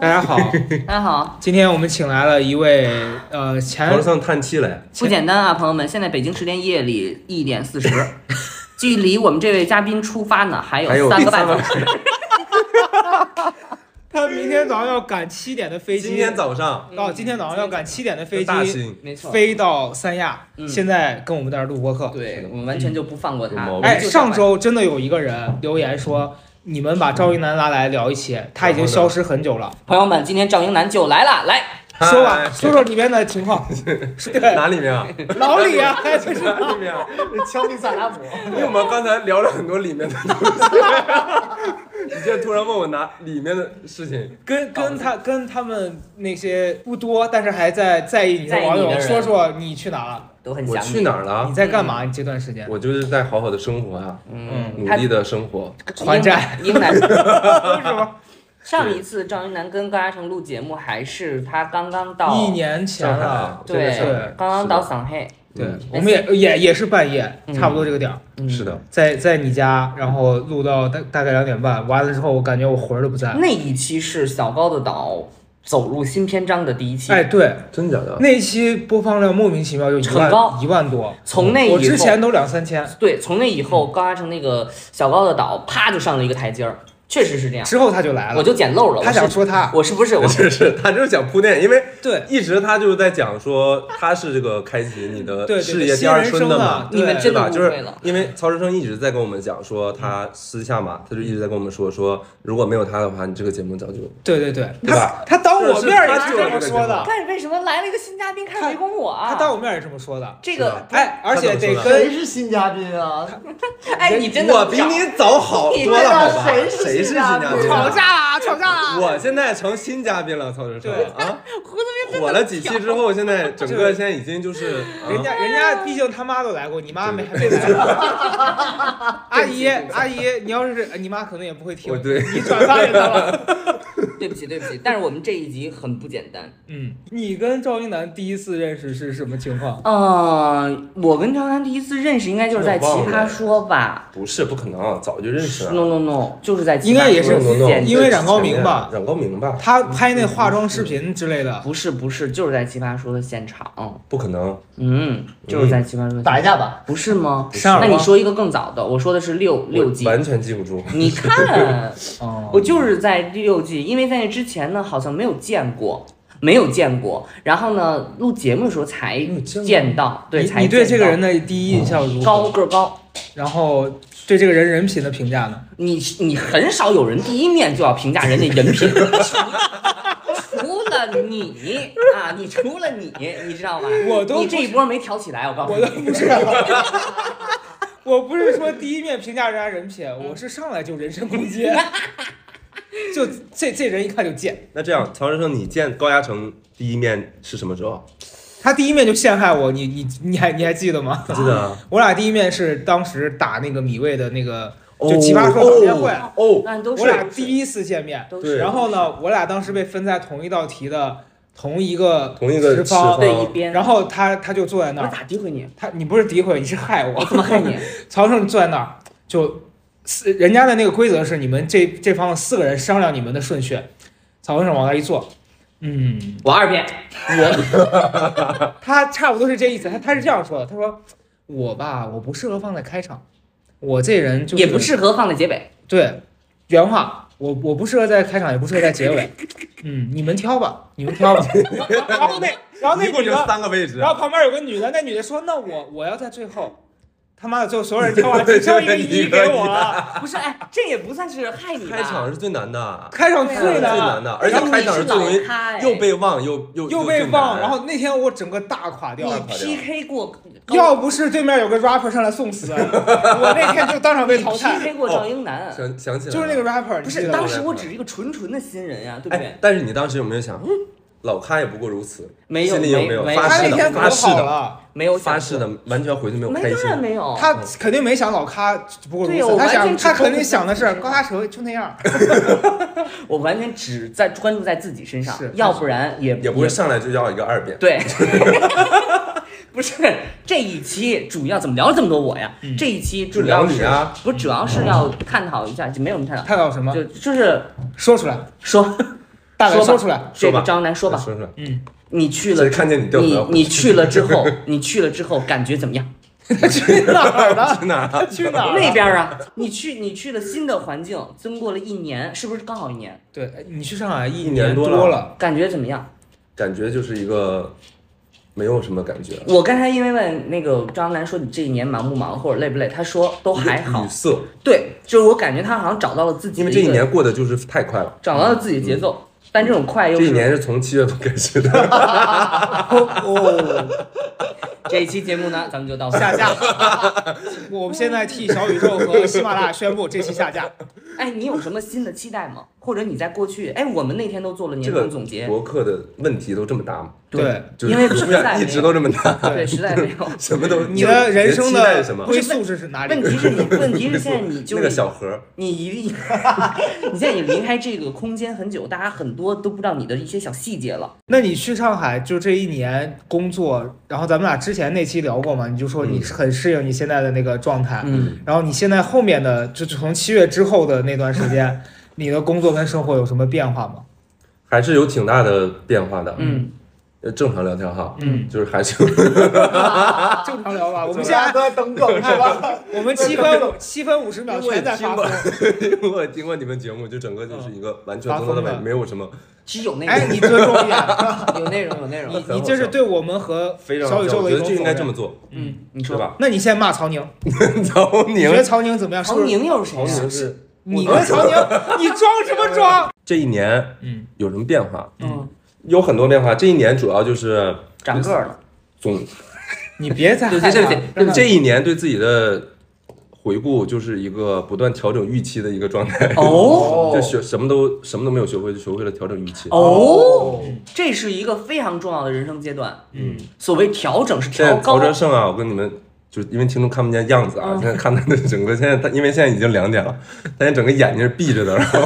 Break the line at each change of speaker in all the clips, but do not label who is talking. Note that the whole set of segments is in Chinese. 家好，
大家好，
今天我们请来了一位呃前
皇上叹气了，
不简单啊，朋友们！现在北京时间夜里一点四十，距离我们这位嘉宾出发呢还
还有
有三个半小时。
时。
他明天早上要赶七点的飞机，
今天早上
哦，今天早上要赶七点的飞
跟大
机
兴
没错，
飞到三亚，
嗯
现在跟我们在这儿录播客。
对我们完全就不放过他。
有毛病
哎，
就是
上周真的有一个人留言说，你们把赵一楠拉来聊一期，他已经消失很久了。
朋友们，今天赵英男就来了，来，
说吧，
嗨
说说里面的情况。对，
哪里面啊？
老李 啊，就是
哪里面啊？
枪毙萨达姆，
因为我们刚才聊了很多里面的东西，你现在突然问我拿里面的事情，
跟跟他跟他们那些不多，但是还在在意你的网
在意你
友，
的人
说说你去哪了，
都很
我
想
去
你。
哪儿了
你
啊？
在干嘛？你这段时间
我就是在好好的生活啊，
嗯，
努
他
力的生活。
还债？
英男，
是吗？
上一次赵英男跟高嘉诚录节目还是他刚刚到
一年前
上海啊
了，，
真的
对
上海
刚刚到上海，
对
嗯，
我们也也也是半夜，
嗯
差不多这个点儿，
嗯
是。的，
在在你家，然后录到大大概两点半，完了之后我感觉我魂儿都不
嗯
在。
那一期是小高的岛走入新篇章的第一期，
哎，对，
真假的？
那一期播放量莫名其妙就一
很高
万一万多，
从那以后
我之前都两三
嗯
千，
对，从那以后，高嘉诚那个小高的岛啪就上了一个台阶儿，确实是这样。
之后他就来
我
了，
就捡漏了，
他
我是
想说他，
我是 不是我
是是， 他 就是想铺垫，因为
对
一直他就是在讲说他是这个开启你
对
的
对
事业第二春的嘛，
啊对
你们
是
真的
吧？
误
就
会
是
了。
因为曹志生一直在跟我们讲说，他私下嘛，他就一直在跟我们说说，如果没有他的话，你这个节目早就
对对对，
对
他
吧
他当我
是
面儿也
他
是
就
这
有
么
这个
说的
情况，
但是为什么来了一个新嘉宾开
他
始围攻我啊？
他当我面儿也这么说的。
这
是
个
吧，
哎，而且得
他怎么说的
跟
谁是新嘉宾啊？
哎，你真的
我比你早好多了，好吧？
你知
谁
道谁
是
是新
新嘉
嘉宾
宾？
吵
架！
啊，吵架了，
我现在成新嘉宾了，曹志生
对
啊，
胡子斌
火了几期之后，现在整
就
个
是
现在已经就是啊
人家人家毕竟他妈都来过，你妈没还没 来。阿姨阿姨，你要是呃你妈可能也不会听
我，对
你转发给她 了。
对不起对不起，但是我们这一集很不简单。
嗯，你跟赵英男第一次认识是什么情况？
嗯，我跟张楠第一次认识应该就是在奇
我忘
葩
了
说吧
不是不可能，啊早就认识了。
？No No No，就是在奇葩
应该也
说
是
期
no, no, no，
间
因为冉高明吧
冉高明吧，
他拍那化妆视频之类的，
不是不是，就是在奇葩说的现场。
不可能。
嗯，就是在奇葩说的现场
打一架吧，
不是吗？
嗯
扇
那
耳
你
光。
说一个更早的，我说的是六六季
我。完全记不住。
你看，
哦
我就是在六季，因为在那之前呢，好像没有见过，没有见过。然后呢，录节目的时候才
没有见过
见到，
嗯
对，
你
才
你对这
见
个
到
人的第一印象如
高
何？
个儿高，
然后对这个人人品的评价呢？
你你很少有人第一面就要评价人家人品，除了你啊，你除了你，你知道吗？
我都
你这一波没挑起来，我告诉
我
你
都，不 是。我不是说第一面评价人家人品，我是上来就人身攻 击，就这这人一看就贱。
那这样，曹先生，你见高嘉诚第一面是什么时候？
他第一面就陷害我，你你你还你还记得吗？
不记得啊。
我俩第一面是当时打那个米未的那个，
哦
就奇葩说早年会，
哦，
那都
我俩
是
第一次见面。
都
对
是，
然后呢，我俩当时被分在同一道题的同一个
同一个
持
持
方
方
对一边，
然后他他就坐在那
我
儿，
咋诋毁你？
他你不是诋毁，你是害
我
我。
怎么害你？
曹胜坐在那儿就四，人家的那个规则是你们这这方四个人商量你们的顺序，曹胜往那儿一坐，嗯，
我二遍，
他差不多是这意思，他他是这样说的，他说我吧，我不适合放在开场，我这人就是
也不适合放在结尾。
对原话，我我不适合在开场，也不适合在结尾，嗯，你们挑吧，你们挑吧。然后那然后那
一共
女
就
的，
三个位置
然
啊。
后旁边有个女的，那女的说，那我我要在最后。他妈的，最后所有人挑完，只剩一个一给我了。
不是，哎，这也不算是害你吧？
开场是最难的，
开场最
最
难
难
的，
的，而且开场是最容易又被忘又又
又
最
被
难
忘。然后那天我整个大垮掉
哎你，
了
PK 过，
要不是对面有个 rapper 上来送死，我那天就当场被
你
淘汰。
哦
PK 过赵英男，
想想起来了
就是那个 rapper，你
不
记
是
得吗
当时我只是一个纯纯的新人呀，对不对
哎？，但是你当时有没有想，嗯老咖也不过如此，
没有
心里有
没
没有
没
发
他
誓
那
的
天可
发誓
好
的
了，
没有
发
想
誓的，完全回去没有
没
开
当
心。
然没有，
他肯定没想老咖不过如
对
此，
我
他
完全
想
只
他肯
关
定
注
想的是
自己
高大蛇就那样。
我完全只在关注在自己身上
是，
要不然也
也不会上来就要一个二遍，
对。 不是这一期主要怎么聊了这么多我呀？这一期
嗯就
主
聊
要
你
是
啊，
不主要是要探讨一下，就没有什么探讨，
他搞什么？
就就是
说出来，
说
大胆
说吧
说出来，
这
说吧
个张楠说吧，
说出来，
你去了
谁，看见你掉
你
河？
你去了之后，你去了之后感觉怎么 样？
他 去哪儿了？
去哪儿
他
了？
去哪儿了？
那边啊，你去你去了新的环境，经过了一年，是不是刚好一年？
对，哎你去上海一
一年
多
多
了，
感觉怎么样？
感觉就是一个没有什么感觉，
我刚才因为问那个张楠说你这一年忙不忙或者累不累，他说都还好
语。塞，
对，就是我感觉他好像找到了自己
嗯因
的
为
个，
这一年过得就是太快了。
找到了自己的节奏，但这种快又
这
是
一年是从七月份开始的，
哦，
这一期节目呢，咱们就到此
下架。 我们现在替小宇宙和喜马拉雅宣布这期下架。
哎，你有什么新的期待吗？或者你在过去，哎，我们那天都做了年
这个
终总结，
博客的问题都这么大吗？
对，
就是
因为
永
实在
远
没
一直都这么大，
对，实在没有。
什么都
你的人生
期待
的
是什么？
归宿是是哪里
问？题是你，问题是现在 你就
那
是
个小盒，
你一定， 你现在也离开这个空间很久，大家很多都不知道你的一些小细节了。
那你去上海就这一年工作，然后咱们俩之前那期聊过嘛，你就说你
嗯
很适应你现在的那个状态，
嗯，
然后你现在后面的就就从七月之后的那段时间，你的工作跟生活有什么变化吗？
还是有挺大的变化的。
嗯，
呃，正常聊天哈，
嗯，
就是还 是
正常聊吧，我
我
们
们
现
现在
在
都在等梗是吧？
我们七分五七分五十秒全在发
因为
疯，
因为我听过你们节目，就整个就是一个完全从头到
发疯
尾
的
没有什么
其实有内
哎，
容，
你尊重一点，
有内容，有内容。
你你这是对我们和
非常
小宇
好笑，
宙
我
的一
觉得
种
就应该
否认
这么。做，
嗯，你
对
说，
吧？
那你现在骂曹宁，
曹
你
宁
觉，得曹宁怎么样？是
曹
不是
宁又是谁
曹
啊？
宁是
你跟曹宁，你装什么装？
这一年
嗯
有什么变化？
嗯，
有很多变化。这一年主要就是
长个儿了。
总，
你别再
对
害
不起对不
怕
起
了
这这一年对自己的回顾就是一个不断调整预期的一个状态。
哦
就学什么都什么都没有学会，就学会了调整预期。
哦，这是一个非常重要的人生阶段。
嗯，
所谓调整是
现
调
在
高
曹，哲盛啊，我跟你们就是因为听众看不见样子啊，
嗯
现在看他的整个，现在他因为现在已经两点了，他现在整个眼睛是闭着的，然后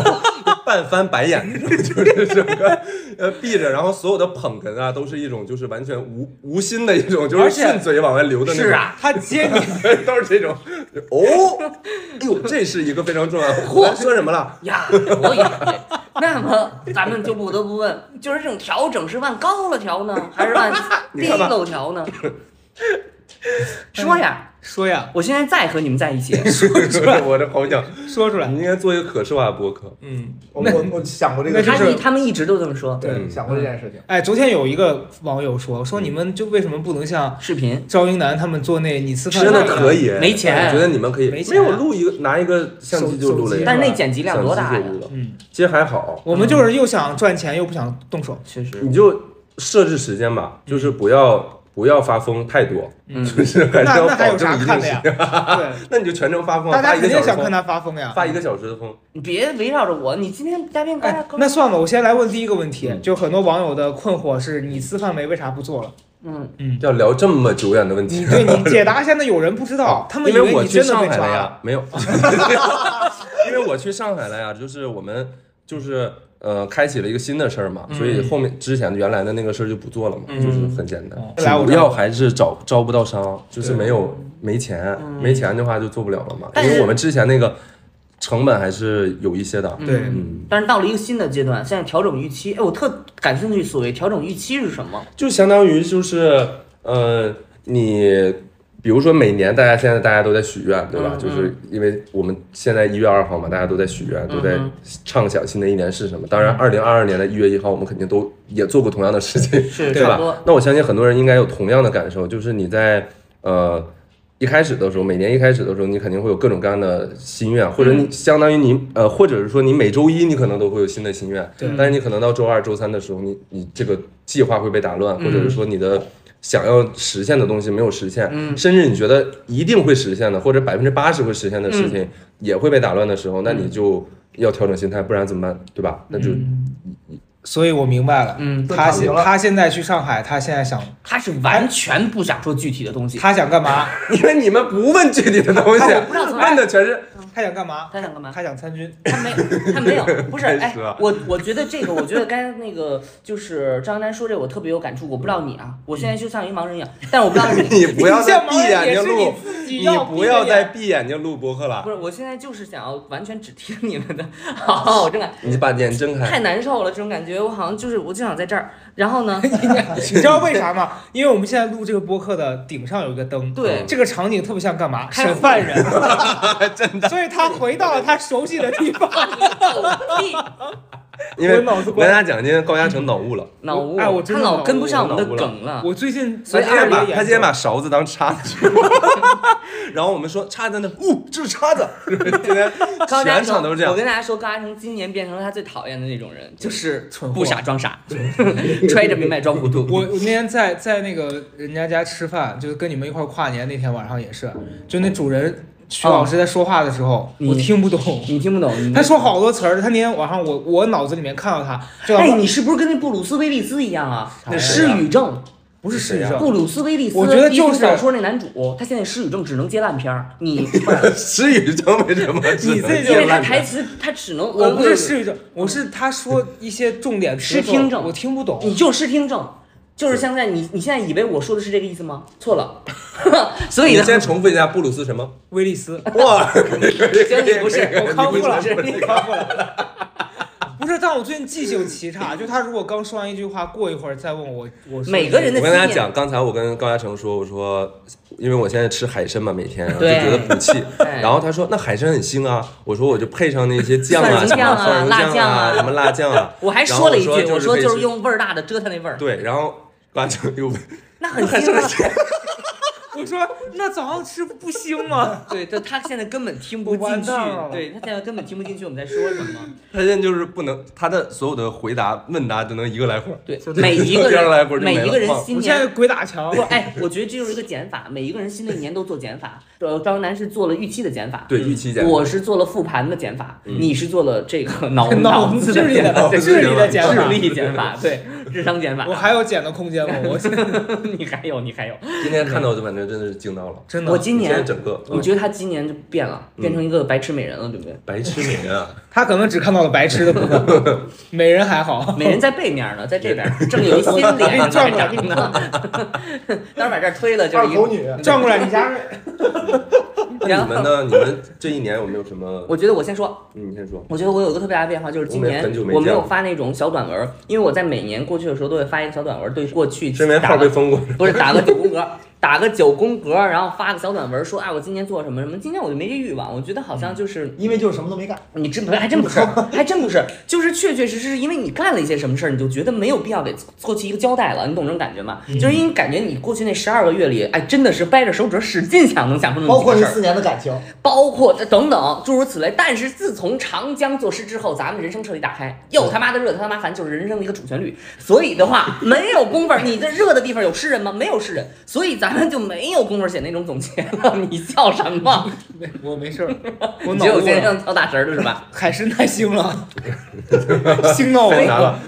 半翻白眼那种，就是整个呃闭着，然后所有的捧哏啊都是一种就是完全无无心的一种，就
而
是
且
顺嘴往外流的那种。
是，啊，
他接你，
都是这种。哦，哎呦，这是一个非常重要的。 我说什么了？
呀，我也对。那么咱们就不得不问，就是这种调整是往高了调呢，还是往低了调呢？说呀，
说呀，
我现在再和你们在一起，
我这好想，
说出
你
来。
应该做一个可视化播客。
嗯，
我我我想过这 个
那
事
他
是
一他们一直都这么说，
对
情，想过这件事情。
哎，昨天有一个网友说，说
嗯
你们就为什么不能像
视频
赵英男他们做那你吃饭
真的
那样
可以，
没钱
我觉得你们可以，
没钱
有录一个，拿一个相机就录
手
了
手机
一
但
个，
是那剪辑量多大
相
呀
机就？录了
嗯，
其实还好，
我们就是又想赚钱又不想动手。
确实，
你就设置时间吧，
嗯
就是不要不要发疯太多，
嗯
就是还
那
是要
那还
保
有啥
证一
看的
定时
呀？
间。
对，
那你就全程发疯，
大家
发一
肯
个
定
小时
想
的
看
疯，
他发疯呀。
发一个小时的疯，
你别围绕着我，你今天嘉宾高大
哎
高，，
那算了，我先来问第一个问题，
嗯
就很多网友的困惑是你吃饭没为啥不做 了？
嗯，
要聊这么久远的问
你
题。
对你解答，现在有人不知道，哦他们以
哦啊因为我
你
去
真的
上
被
海
抓
了
了。
呀，没有，因为我去上海了呀，就是我们就是呃开启了一个新的事儿嘛，所
嗯
以后面之前原来的那个事儿就不做了嘛，就是很简单
哦。
主
来我这儿
要还是找招不到商，就是没有没钱，
嗯
没钱的话就做不了了嘛，
但
因
是
为我们之前那个成本还是有一些的。
对
嗯，
但是到了一个新的阶段，现在调整预期，哎，我特感兴趣，所谓调整预期是什么？
就相当于就是呃，你比如说每年大家现在大家都在许愿，对吧？
嗯
就是因为我们现在一月二号嘛，大家都在许愿，都在
嗯
畅想新的一年是什么。当然，二零二二年的一月一号，我们肯定都也做过同样的事情，
是
对
差不
吧
多，？
那我相信很多人应该有同样的感受，就是你在呃。一开始的时候，每年一开始的时候，你肯定会有各种各样的心愿，或者
嗯
你相当于你呃，或者是说你每周一你可能都会有新的心愿，
对
但是你可能到周二、周三的时候，你你这个计划会被打乱，或者
嗯
是说你的想要实现的东西没有实现，甚至你觉得一定会实现的，或者百分之八十会实现的事情也会被打乱的时候，那你就要调整心态，不然怎么办？对吧？那就
所以我明白了，
嗯
他
都躺
现
平了
他现在去上海，他现在想
他是
哎
完全不想说具体的东西，
他想干嘛？
因为你们不问具体的东西
哎我不知道怎么，办
问的全是
他想干嘛？
他想干嘛？
他想参军。
他没，他没有，不是，哎
是吧，
我我觉得这个，我觉得该那个，就是张丹说这，我特别有感触。我不知道你啊，我现在就像一盲人一样，但我不知道你，
你不要 再
你像
闭眼
盲人也
睛
是
录
你自，自己
你
要
不要再
闭着眼
闭眼睛录播客了
不，是，我现在就是想要完全只听你们的， 好，我真的
你把眼睁开。
太难受了，这种感觉，我好像就是我就想在这儿，然后
哎
呢，
你知道为啥 吗？因为我们现在录这个播客的顶上有一个灯，
对
这个场景特别像干嘛？
开会
审犯人， 真的。所以他回到了他熟悉的地方。
狗屁
因为
我脑子
跟大
关
家讲，今天高嘉诚脑悟了，
脑雾，
哎我
他
真的
老跟
脑
不
雾
上我们
脑
的
雾了
梗了。
我最近，
所以
他今天
二
把
爷
他今天把勺子当叉子，然后我们说叉子呢，呜、这是叉子， 今天
高嘉
全
诚
场都是这样
我。跟大家说，高嘉诚今年变成了他最讨厌的那种人，就是
蠢货
不傻装傻， 揣着明白装糊涂。
我我那天在在那个人家家吃饭，就是跟你们一块儿跨年那天晚上也是，就那主人徐老师在说话的时候，
你
我听不懂，
你听不懂，你
他说好多词儿。他那天晚上我我脑子里面看到他，这
哎，你是不是跟那布鲁斯·威利斯一样啊？
那谁
失
啊
语症，
不是啊失语
布
症，
鲁斯·威利斯，
我觉得就是
低俗小说那男主，他现在失语症只能接烂片儿。你不是
失语症为什么？
你这
因
就
为他台词他只能
我不是失
呃
语症，我是他说一些重点词
失
的时候
听症嗯
我听不懂。
你就是失听症，就是现在你你现在以为我说的是这个意思吗？错了， 所以
你
呢，
先重复一下布鲁斯什么？
威利斯，
哇，
行，你不是
我康复了，
你不是
我康复了。不是，但我最近记性奇差，就他如果刚说完一句话，过一会儿再问我，我说
每个人的
我跟大家讲，刚才我跟高嘉诚说，我说，因为我现在吃海参嘛，每天就
对
觉得补气。
哎
然后他说那海参很腥啊，我说我就配上那些酱啊，
蒜蓉
什么
酱啊
蒜蓉
辣
酱
酱啊
什么辣酱啊。
我还
然
说
后
了一句，
我
我说
可以
就是
吃
用味儿大的折腾那味儿，
对，然后高嘉诚又问
那很腥啊。
我说那早上吃不腥吗？
对，他他现在根本听不
我
进
完
去
蛋了，
对他现在根本听不进去我们在说什么。
他现在就是不能，他的所有的回答问答只能一个来回。
对，每一个
第二来
人
会儿，就
每
没了
一个人
忘了
新
我现在
年。
鬼打墙
不，，哎，我觉得这就是一个减法，每一个人新的一年都做减法。呃，张楠是做了预期的减法，
对，预期减
我是做了复盘的减法，你是做了这个脑
脑
子
子智力
的
的
对
智力的减
智
法。
力减法，对，智商减法。
我还有减的空间吗？我现在
你还有，你还有。
今天看到就反正真的是惊到了。
真的，
我今
你现在
年，
整个
我觉得他今年就变了，变成一个白痴美人了，对不对？
白痴美人啊，
他可能只看到了白痴的部分，美人还好。
美人在背面呢，在这边正有一新脸在这儿呢， 当时把这儿推了嗯就是
二
一
头
个。
女，
转过来，你家
那你们呢？你们这一年有没有什么？
我觉得我先说，
嗯你先说。
我觉得我有一个特别大的变化，就是今年
我们很久没见了
我没有发那种小短文，因为我在每年过去的时候都会发一个小短文，对过去
身为
打
号
个
被封过，
不是打个九宫格，打个九宫格，然后发个小短文说啊，我今年做了什么什么，今年我就没这欲望，我觉得好像就是
因为就是什么都没干，
你真不还真不 是，还真不是，就是确确实实是因为你干了一些什么事儿，你就觉得没有必要给过去一个交代了，你懂这种感觉吗？就是因为感觉你过去那十二个月里，哎，真的是掰着手指头使劲想，能想出那
包
么几
括
个
这
事儿，
四年的感情，
包括等等诸如此类。但是自从长江作诗之后，咱们人生彻底打开，又他妈的热，他妈烦，就是人生的一个主旋律。所以的话，没有功夫儿，你这热的地方有诗人吗？没有诗人，所以咱们就没有功夫儿写那种总结了。你笑什么？
我没事儿， 我
你
脑
觉得我今天
子
像跳大神儿的是吧？
海参太腥了，腥到我
太难
了。
了。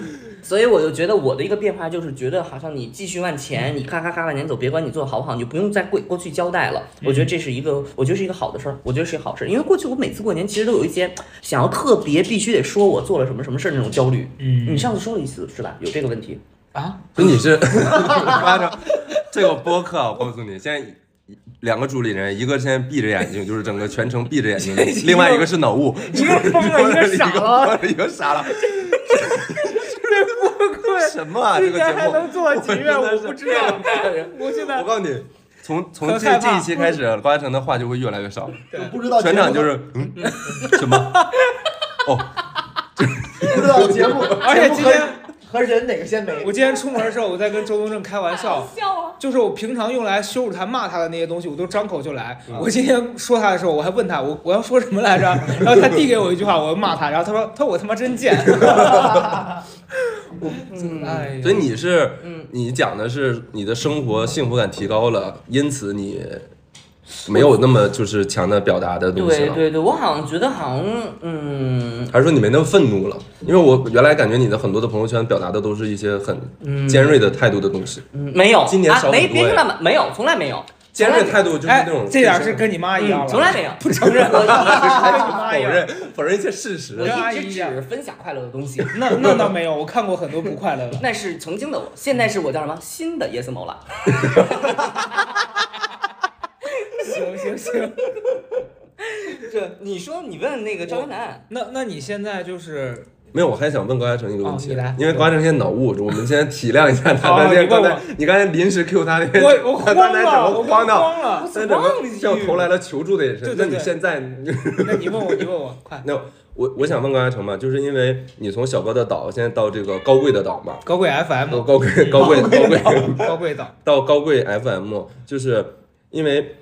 所以我就觉得我的一个变化就是觉得好像你继续往前，你咔咔咔往前走，别管你做的好不好，你就不用再过过去交代了。
嗯
我觉得这是一个，我觉得是一个好的事儿，我觉得是一个好事儿。因为过去我每次过年其实都有一些想要特别必须得说我做了什么什么事儿那种焦虑。
嗯
你上次说了一次是吧？有这个问题，
啊，
不是你 是，夸张。这个播客啊我告诉你，现在。两个主理人，一个现在闭着眼睛，就是整个全程闭着眼 睛的
一个
另 外一个是脑雾，
一个疯了，一个傻了，，
一个傻了，
对不愧。
什么啊？这
今
个节
天还
目，
能做到几月？
我真的
我
是
不知道。我 现
我
在
告诉你，从从
很
这
害
这
怕
一期开始，高嘉诚的话就会越来越少，
对
不知道
全
节目
场就是嗯什么，
不知道节目，
而且今天
节目和和人哪个先没
我，今天出门的时候，我在跟周东正开玩笑，
笑啊！
就是我平常用来羞辱他、骂他的那些东西，我都张口就来。
啊
我今天说他的时候，我还问他我我要说什么来着，然后他递给我一句话，我骂他，然后他说他说我他妈真贱。
嗯，
哎呀，
所以你是
嗯
你讲的是你的生活幸福感提高了，因此你没有那么就是强的表达的东西
对
了。
对对，我好像觉得好像嗯
还是说你没那么愤怒了？因为我原来感觉你的很多的朋友圈表达的都是一些
嗯
很尖锐的态度的东西，
嗯没有，
今年
啊
少很
没
多
别
哎
那么没有，从来没有，
尖锐态度就是
哎
那种，
这点是跟你妈一样
嗯
了，
从来没有。
不承认，跟你妈
否
一样。
认否认一些事实
我。
阿
一
姨
直
一
只
样
分享快乐的东西。
那那倒没有，我看过很多不快乐的。
那是曾经的我，现在是我叫什么新的耶斯某了。
行行行，
这你说你问那个赵云南，
那那你现在 就是
没有，我还想问高嘉诚一个问
哦
题
你来，
因为高嘉诚现在脑雾，我们先体谅一下他。
哦
他现在
你问
刚
我
才你刚才临时 Q 他那个，
我我 慌
他刚才整
了，
个
我
慌的，
慌了。
他整个向我投来了求助的眼神
对。
那
对对
你现在，，
那你问我，你问我，快
那我我想问高嘉诚嘛，就是因为你从小高的岛现在到这个高贵的岛嘛，
高贵
到
FM，
高 贵高贵高贵
高贵岛，
到高贵 FM，就是因为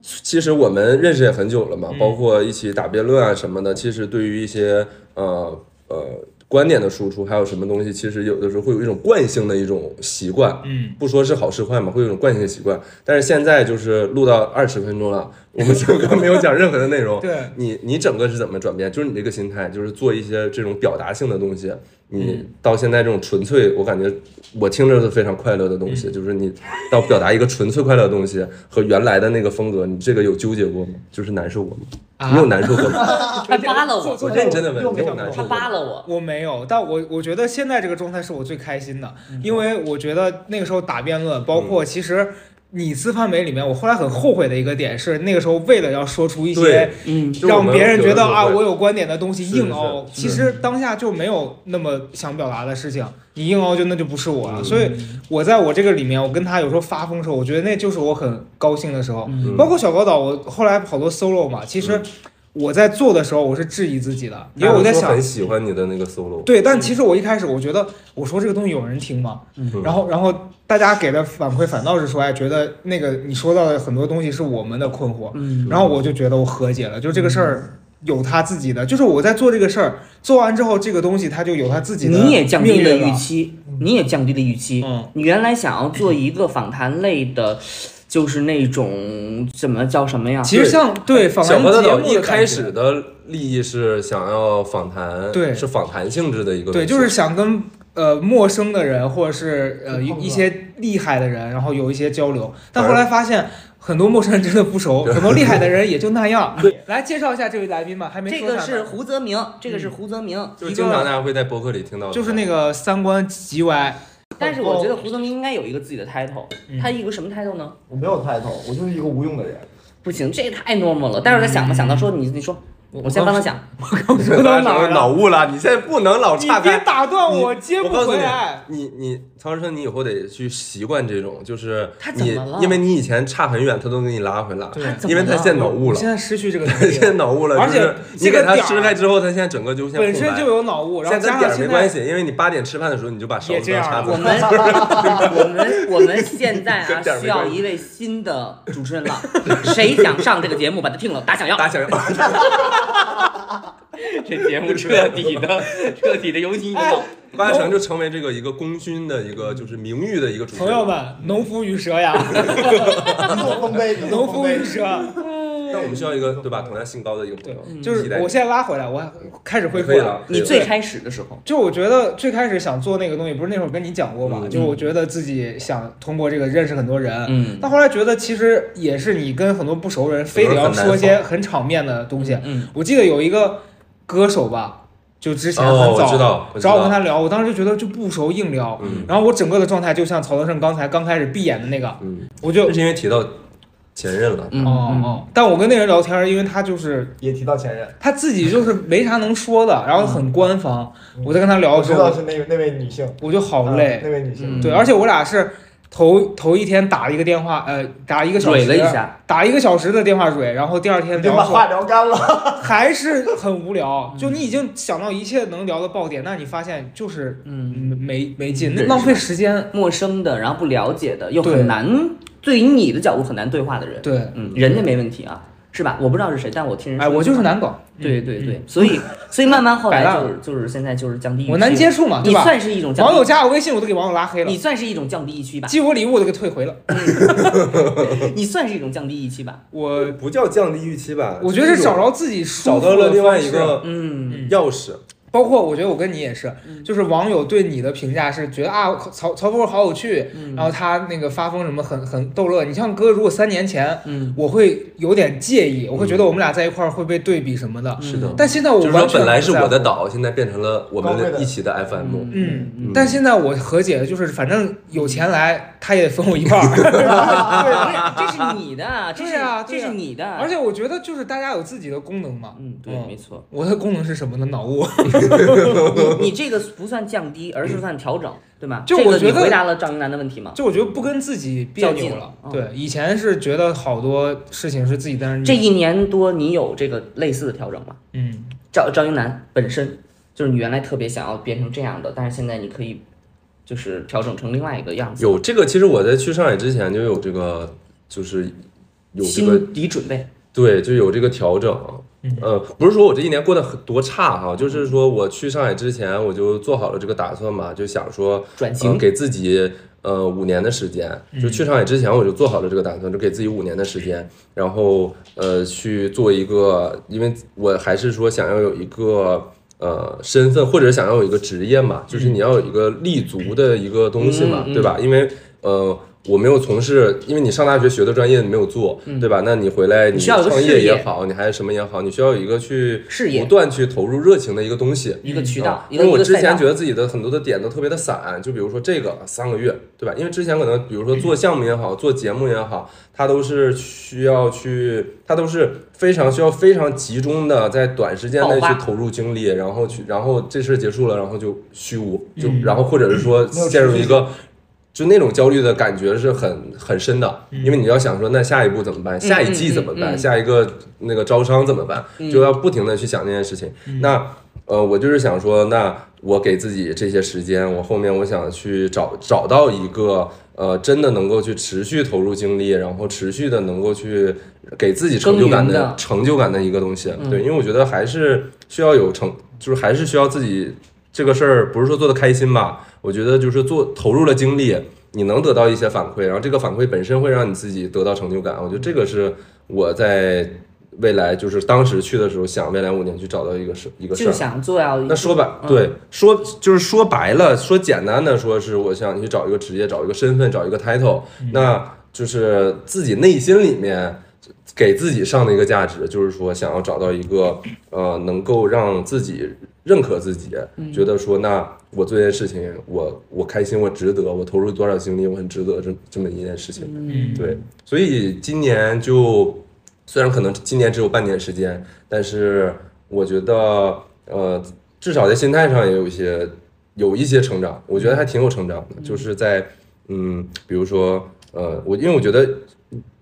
其实我们认识也很久了嘛，包括一起打辩论啊什么的，其实对于一些呃呃观点的输出，还有什么东西，其实有的时候会有一种惯性的一种习惯，
嗯，
不说是好是坏嘛，会有一种惯性的习惯。但是现在就是录到二十分钟了， 我们整个没有讲任何的内容，
对
你你整个是怎么转变？就是你这个心态，就是做一些这种表达性的东西。
嗯
你到现在这种纯粹，我感觉我听着都非常快乐的东西，
嗯
就是你到表达一个纯粹快乐的东西和原来的那个风格，你这个有纠结过吗？就是难受过吗？
啊
你有难受 过吗？
他扒拉我，
我认真的问，你有难
他
受过吗
扒？拉我，
我没有，但我我觉得现在这个状态是我最开心的，因为我觉得那个时候打辩论，包
嗯
括其实你自范美里面，我后来很后悔的一个点是，那个时候为了要说出一些
对
嗯，
就是我
让
们
别人觉
有
得
的时候
啊
会
我有观点的东西
是
硬凹，
是是嗯
其实当下就没有那么想表达的事情，你硬凹就那就不是我
嗯
了。所以我在我这个里面，我跟他有时候发疯的时候，我觉得那就是我很高兴的时候。
嗯
包括小高岛，我后来好多 solo 嘛，其实我在做的时候我是质疑自己的，因为我在
嗯大家都说
想
很。喜欢你的那个 solo，
对，
嗯
但其实我一开始我觉得，我说这个东西有人听吗？
嗯
然后，然后大家给的反馈反倒是说，哎，觉得那个你说到的很多东西是我们的困惑，
嗯
然后我就觉得我和解了，就这个事儿有他自己的，就是我在做这个事儿，做完之后这个东西它就有他自己的
你也降
命
低了嗯
运
预期，你也降低了预期。
嗯
你原来想要做一个访谈类的，就是那种怎么叫什么呀？
其实像对访
小
谈
何大
节
岛
目
一
的
开
感
始
觉，
的利益是想要访谈，
对
是访谈性质的一个东
对，
西，
就是想跟呃陌生的人或者是呃一一些厉害的人，然后有一些交流，但后来发现。很多陌生人真的不熟，很多厉害的人也就那样。来介绍一下这位来宾吧，还没
这
说
个
他呢
是胡泽明，这嗯个是胡泽明。
就是
一
经常
个
大家会在博客里听到的，
就是那个三观极歪，
但是我觉得胡泽明应该有一个自己的 title，他有一个什么 title 呢？
我没有 title，我就是一个无用的人。
不行，这也太 normal 了。待会儿他想吧，想到说你，你说，嗯我先帮他想。
说到哪儿
脑
了？
雾了，你现在不能老
你
岔
别
开。
打断
哦你
我，接不
告诉
回
你
来。，
你你曹生，你以后得去习惯这种，就是
他怎
你
么了，
因为你以前差很远，他都给你拉回来，
对
他怎
因
么
为他
了？
现在脑雾
我
了，
现在失去这个能
他现在
力，
脑雾了，
而且
就是
这
你
个
给他
点儿
吃开之后，他现在整个就像
本身就有脑雾，
空白，
然后
现在
加
点
上
儿没
现
关
在
系，因为你八点吃饭的时候，你就把勺
也
子
这
当
样
叉
了
子
我们我们我们现在啊
跟点儿没关系
需要一位新的主持人 了，谁想上这个节目，把他定了，打响要。
打响。
这节目彻底的彻底的由你引导。
高嘉诚就成为这个一个功勋的一个就是名誉的一个主持人。
朋友，们，农夫与蛇呀，
你做丰碑，你做
农
丰
夫
碑
与。蛇。
那我们需要一个对吧？同样姓高的一个朋友，
就是
期待
我现在拉回来，我开始恢复
可以了
了。。
你最开始的时候，
就我觉得最开始想做那个东西，不是那会儿跟你讲过嘛？
嗯
就我觉得自己想通过这个认识很多人，
嗯
但后来觉得其实也是你跟很多不熟人，非得要说一些很场面的东西。
嗯，
我记得有一个歌手吧，就之前
哦
很
我知
早
道我知道
找我跟他聊，我当时就觉得就不熟硬聊，
嗯
然后我整个的状态就像曹德胜刚才刚开始闭眼的那个，
嗯，
我就
这是因为提到前任了。
嗯
哦哦，但我跟那人聊天，因为他就是
也提到前任，
他自己就是没啥能说的，然后很官方
嗯。
哦我在跟他聊
我
的时
知道
候，
是那那位女性，
我就好
啊
累
那。位女性，
嗯
对，而且我俩是头头一天打一个电话，呃，打一个小
蕊
时，
了一下，
打一个小时的电话蕊，然后第二天
你就把
聊说
话聊干了。
还是很无
嗯
聊，就你已经想到一切能聊的爆点，那你发现就是
嗯，
嗯没没劲，那
对
浪费时间。
陌生的，然后不了解的，又
对
很难对于你的角度很难对话的人，
对，
嗯，人家没问题啊，是吧？我不知道是谁，嗯但我听人
哎，
说
我就是难搞，
对对对，所以所以慢慢后 来
摆烂
就是就是现在就是降低预期，
我难接触嘛，
你
对吧？
算是一种降
网友
低，
加我微信，我都给网友拉黑了
你。算是一种降低预期吧，
寄我礼物我都给退回了。
嗯
你算是一种降低预期吧，
我
不叫降低预期吧
我觉得是找着自己舒
找
服的
到了另外
方式
一个
嗯，
钥匙，
包括我觉得我跟你也是，
嗯
就是网友对你的评价是觉得啊曹曹波好有趣，
嗯
然后他那个发疯什么很很逗乐。你像哥，如果三年前
嗯，
我会有点介意，我会觉得我们俩在一块儿会被对比什么
嗯
的。
是
哦
的
但现在我
就是说
完全
本来是
不在
我的
乎，
岛，现在变成了我
高贵
们
的
一起的 FM。
嗯。
嗯
但现在我和解，就是反正有钱来，他也分我一半儿。
嗯 不是，这是你的，这是
对啊
这
对啊
是你的，
而且我觉得就是大家有自己的功能嘛。
嗯，
哦
对，
嗯
没错，
我的功能是什么呢？脑雾。
你你这个不算降低，
嗯
而是算调整，对吗？
就
这个
我觉
你
得
回答了张一楠的问题吗？
就我觉得不跟自己别
较劲
扭
了
了
嗯。
对，以前是觉得好多事情是自己在
嗯
那儿
这一年多，你有这个类似的调整吗？
嗯，
赵赵英男本身就是你原来特别想要变成这样的，但是现在你可以就是调整成另外一个样子。
有这个，其实我在去上海之前就有这个，就是有这个
心理准备，
对，就有这个调整。呃，不是说我这一年过得很多差哈，就是说我去上海之前我就做好了这个打算嘛，就想说
转型嗯
呃给自己呃五年的时间。就去上海之前我就做好了这个打算，就给自己五年的时间，然后呃去做一个，因为我还是说想要有一个。呃，身份或者想要有一个职业嘛，就是你要有一个立足的一个东西嘛，
嗯嗯嗯
对吧？因为呃，我没有从事，因为你上大学学的专业你没有做，对吧？那你回来
嗯你
你
需要有个
创
事
业
业
也好，你还是什么也好，你需要有一个去
事业
不断去投入热情的一个东西。
一个渠道
啊，
一
因
个
为
一
我
个
之
赛
前
道
觉。得自己的很多的点都特别的散，就比如说这个三个月，对吧？因为之前可能比如说做项目也好，做节目也好，它都是需要去，它都是非常需要非常集中的在短时间内
爆发
去投入精力，然后去，然后这事儿结束了，然后就虚无，就然后或者是说
嗯没有
陷入
持续
一个。就那种焦虑的感觉是很很深的，因为你要想说，那下一步怎么办？下一季怎么
嗯嗯嗯
办？
嗯
下一个那个招商怎么办？就要不停的去想这件事情。
嗯
那呃，我就是想说，那我给自己这些时间，我后面我想去找找到一个呃，真的能够去持续投入精力，然后持续的能够去给自己成就感
耕耘的嗯
成就感的一个东西。对，因为我觉得还是需要有成，就是还是需要自己这个事儿，不是说做的开心吧？我觉得就是做投入了精力，你能得到一些反馈，然后这个反馈本身会让你自己得到成就感。我觉得这个是我在未来就是当时去的时候想未来五年去找到一个事一个事
就
儿。
想做到一个
那说白
嗯
对说就是说白了，说简单的说是我想去找一个职业，找一个身份，找一个 title，那
嗯
就是自己内心里面给自己上的一个价值，就是说想要找到一个呃能够让自己认可自己，
嗯
觉得说那我做这件事情，我我开心，我值得，我投入多少精力，我很值得这这么一件事情。
嗯，
对，所以今年就虽然可能今年只有半年时间，但是我觉得呃，至少在心态上也有一些有一些成长，我觉得还挺有成长的，就是在嗯，比如说呃，我因为我觉得。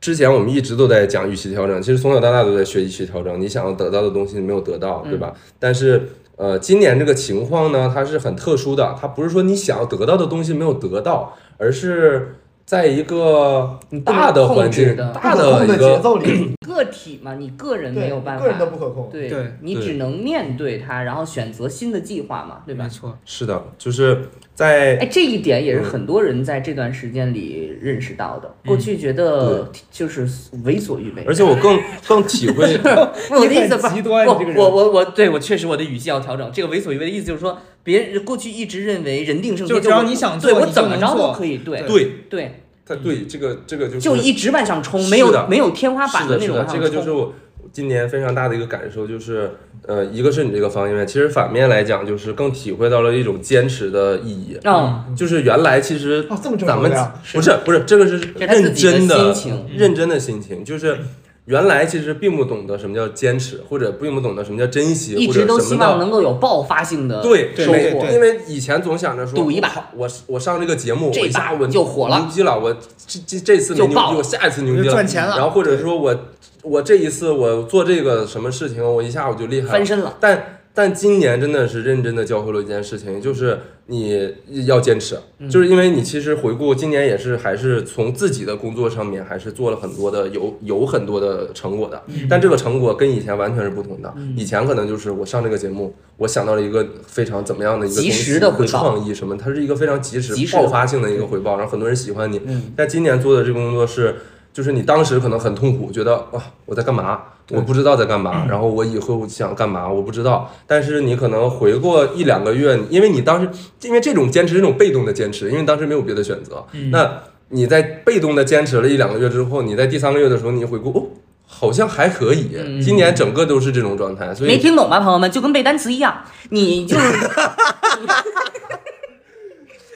之前我们一直都在讲预期调整，其实从小到大都在学预期调整。你想要得到的东西你没有得到，对吧？但是呃，今年这个情况呢，它是很特殊的，它不是说你想要得到的东西没有得到，而是在一个大的环
控制
境、
的
大
不可 控
一
的节
个
奏里，
个体嘛，你个人没
对，
有办法，
个人都不可控。
对
对
你
对
只能面对它，然后选择新的计划嘛，对吧
没？错。
是的，就是在
哎，这一点也是很多人在这段时间里认识到的。过去觉得就是为所欲为，
而且我更更体会，
不是我的意思
你很
不是
极端
我
你这个人
我我我对我确实我的语气要调整。这个为所欲为的意思就是说，别人过去一直认为人定胜天，
就只要你想做
对我
你就
怎么
能
着都
做
可以，对
对，
对，
他对这个这个就是
就一直往上冲，
是
没有
的
没有天花板
是的，
那
是
种
的
往，上
这
冲。
个就是我今年非常大的一个感受，就是呃，一个是你这个方面，其实反面来讲，就是更体会到了一种坚持的意义。
嗯，
就是原来其实
哦这么正
咱
能
们
量
不是不是这个是
是他自
认
己的心
真
情
认真的心情，就是原来其实并不懂得什么叫坚持，或者并不懂得什么叫珍惜，
一
或
直
者
都
什
希
么
望
叫
能够有爆发性的
对
对
收
没
获
对。
因为以前总想着说
赌一把
我靠我我上这个节目，
这
我一
把
下我
就火了
牛逼了，我这这这次没
就
牛
爆
逼，
了
我下一次牛逼
就赚
嗯
钱了
然后或者说我我这一次我做这个什么事情，我一下我就厉害了
翻身了。
但但今年真的是认真的教会了一件事情，就是你要坚持，
嗯
就是因为你其实回顾今年也是还是从自己的工作上面还是做了很多的有有很多的成果的，
嗯
但这个成果跟以前完全是不同的。以前可能就是我上这个节目，我想到了一个非常怎么样的一个
及
东
时的
西一个
回报
创意什么，它是一个非常及时
及时的
爆发性的一个回报，然后很多人喜欢你
嗯。
但今年做的这个工作是。就是你当时可能很痛苦，觉得啊我在干嘛，我不知道在干
嗯
嘛，然后我以后想干嘛我不知道，但是你可能回过一两个月，因为你当时因为这种坚持是一种被动的坚持，因为当时没有别的选择，
嗯
那你在被动的坚持了一两个月之后，你在第三个月的时候，你回顾哦。好像还可以，今年整个都是这种状态，所以
嗯没听懂吧，朋友们？就跟背单词一样，你 就是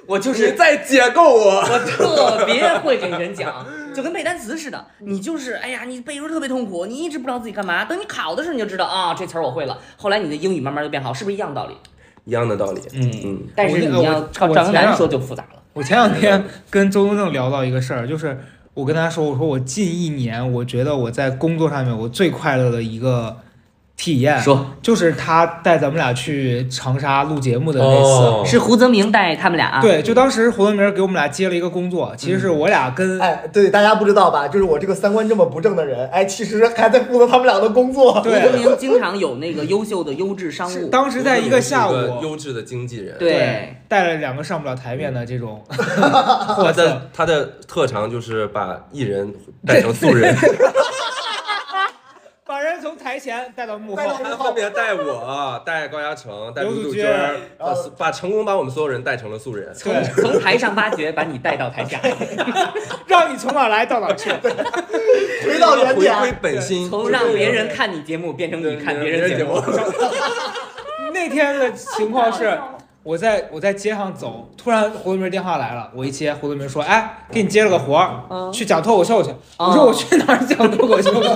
我就
你
是
在解构我。
我特别会给人讲，就跟背单词似的，你就是哎呀，你背时候特别痛苦，你一直不知道自己干嘛。等你考的时候，你就知道啊，这词儿我会了。后来你的英语慢慢就变好，是不是一样道理？
一样的道理。嗯嗯，
但是
我
你要
我
照
我
赵英
前
男
两
说就复杂了。
我前两天跟周东正聊到一个事儿，就是我跟他说，我说我近一年，我觉得我在工作上面我最快乐的一个体验，
说
就是他带咱们俩去长沙录节目的那次。
哦
是胡泽明带他们俩啊？，
对，就当时胡文明给我们俩接了一个工作，其实
嗯
是我俩跟、
哎，对，大家不知道吧？就是我这个三观这么不正的人，哎，其实还在负责他们俩的工作。
胡泽
对，
明经常有那个优秀的优质商
是
务，
当时在一个下
是一个
午，
优质的经纪人，
对，
带了两个上不了台面的这 种
他
货色。
的他的特长就是把艺人带成素 人，
把人从台前带到幕后
带，到
他分别带我、啊带高嘉诚、带
刘
卢
祖
杜
君
鹃儿，
然后
把把成功把我们所有人带成了素人。
对，
从台上挖掘，把你带到台下，
让你从哪儿来到哪儿去。
回到原
回归
点，
本心，
从让别人看你节目变成你看别人节目。
那天的情况 是，我在我在街上走，突然胡德明电话来了，我一接，胡德明说：“哎，给你接了个活儿，
嗯
去讲脱口秀去。”
哦
我说：“我去哪儿讲脱口秀 去？”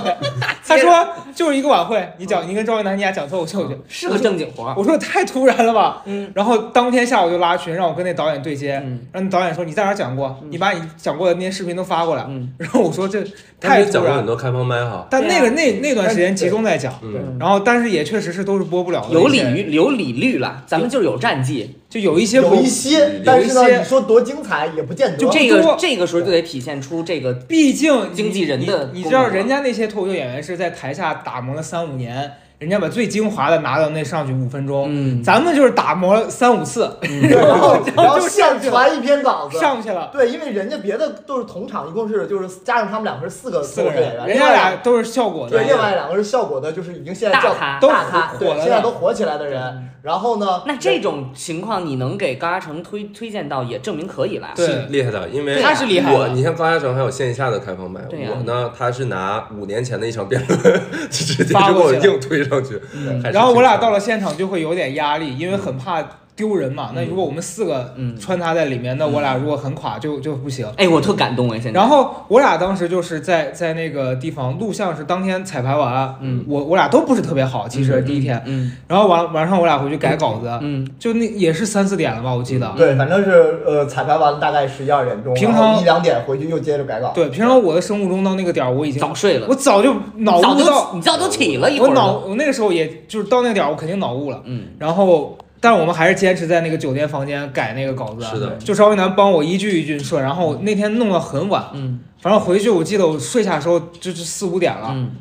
他说：“就是一个晚会，你讲，你跟赵云楠你俩讲脱口秀去。
嗯是个正经活儿。
我说：“太突然了吧。”
嗯
然后当天下午就拉群，让我跟那导演对接，
嗯
然后那导演说：“你在哪儿讲过？
嗯
你把你讲过的那些视频都发过来。
嗯
然后我说：“这
他
太
也讲
突
过很
然。
多开放麦哈”，
但那
对
个
啊
那那段时间集中在讲，
嗯，
然后但是也确实是都是播不了的一些，
有理于有理律了，咱们就是有战绩。
就有一些
有
不
一些，但是呢，你说多精彩也不见得。
就
这
不
个
多
这个时候就得体现出这个
毕竟你
经纪人的
你，你
功
知道
能
人家那些脱口秀演员是在台下打磨了三五年，人家把最精华的拿到那上去五分钟，
嗯
咱们就是打磨了三五次，
然后然后
就
上
上去了
传一篇稿子，
上去了
对，因为人家别的都是同场，一共是就是加上他们两个是四个
四个
脱口秀演
人，
员，
人
另外
家俩都是效果
对，
的，
另外两个是效果的，就是已经现在
大
叫
咖。
都
大咖，
火
对，
了
现在都火起来的人。然后呢，
那这种情况，你能给高嘉诚推推荐到，也证明可以了。
对
是厉害的，因为
他是厉害的
我你像高嘉诚还有线下的开放麦，
对呀啊
我呢他是拿五年前的一场辩论， 直接就
发
给
过
我
去了
硬推上去，
嗯
还是
然后我俩
挺
到了现场就会有点压力，因为很怕丢人嘛。那如果我们四个
嗯
穿插在里面，那我俩如果很垮就就不行。
哎，我特感动哎，现在。
然后我俩当时就是在在那个地方录像，是当天彩排完，
嗯，
我我俩都不是特别好，其实
嗯
第一天，，
嗯
然后晚晚上我俩回去改稿子，
嗯，
就那也是三四点了吧，我记得。
对，反正是呃，彩排完了大概十一二点钟，
平
然
常
后一两点回去又接着改稿。
对，平常我的生物钟到那个点儿，我已经
嗯早睡了，
我早就脑
早
悟
都
到，
你早都起了一会
我
儿
脑
了。
我那个时候也就是到那个点儿，我肯定脑悟了。
嗯，
然后，但是我们还是坚持在那个酒店房间改那个稿子。啊
是的
就稍微难帮我一句一句顺，然后那天弄得很晚，
嗯
反正回去我记得我睡下的时候就是四五点了，
嗯，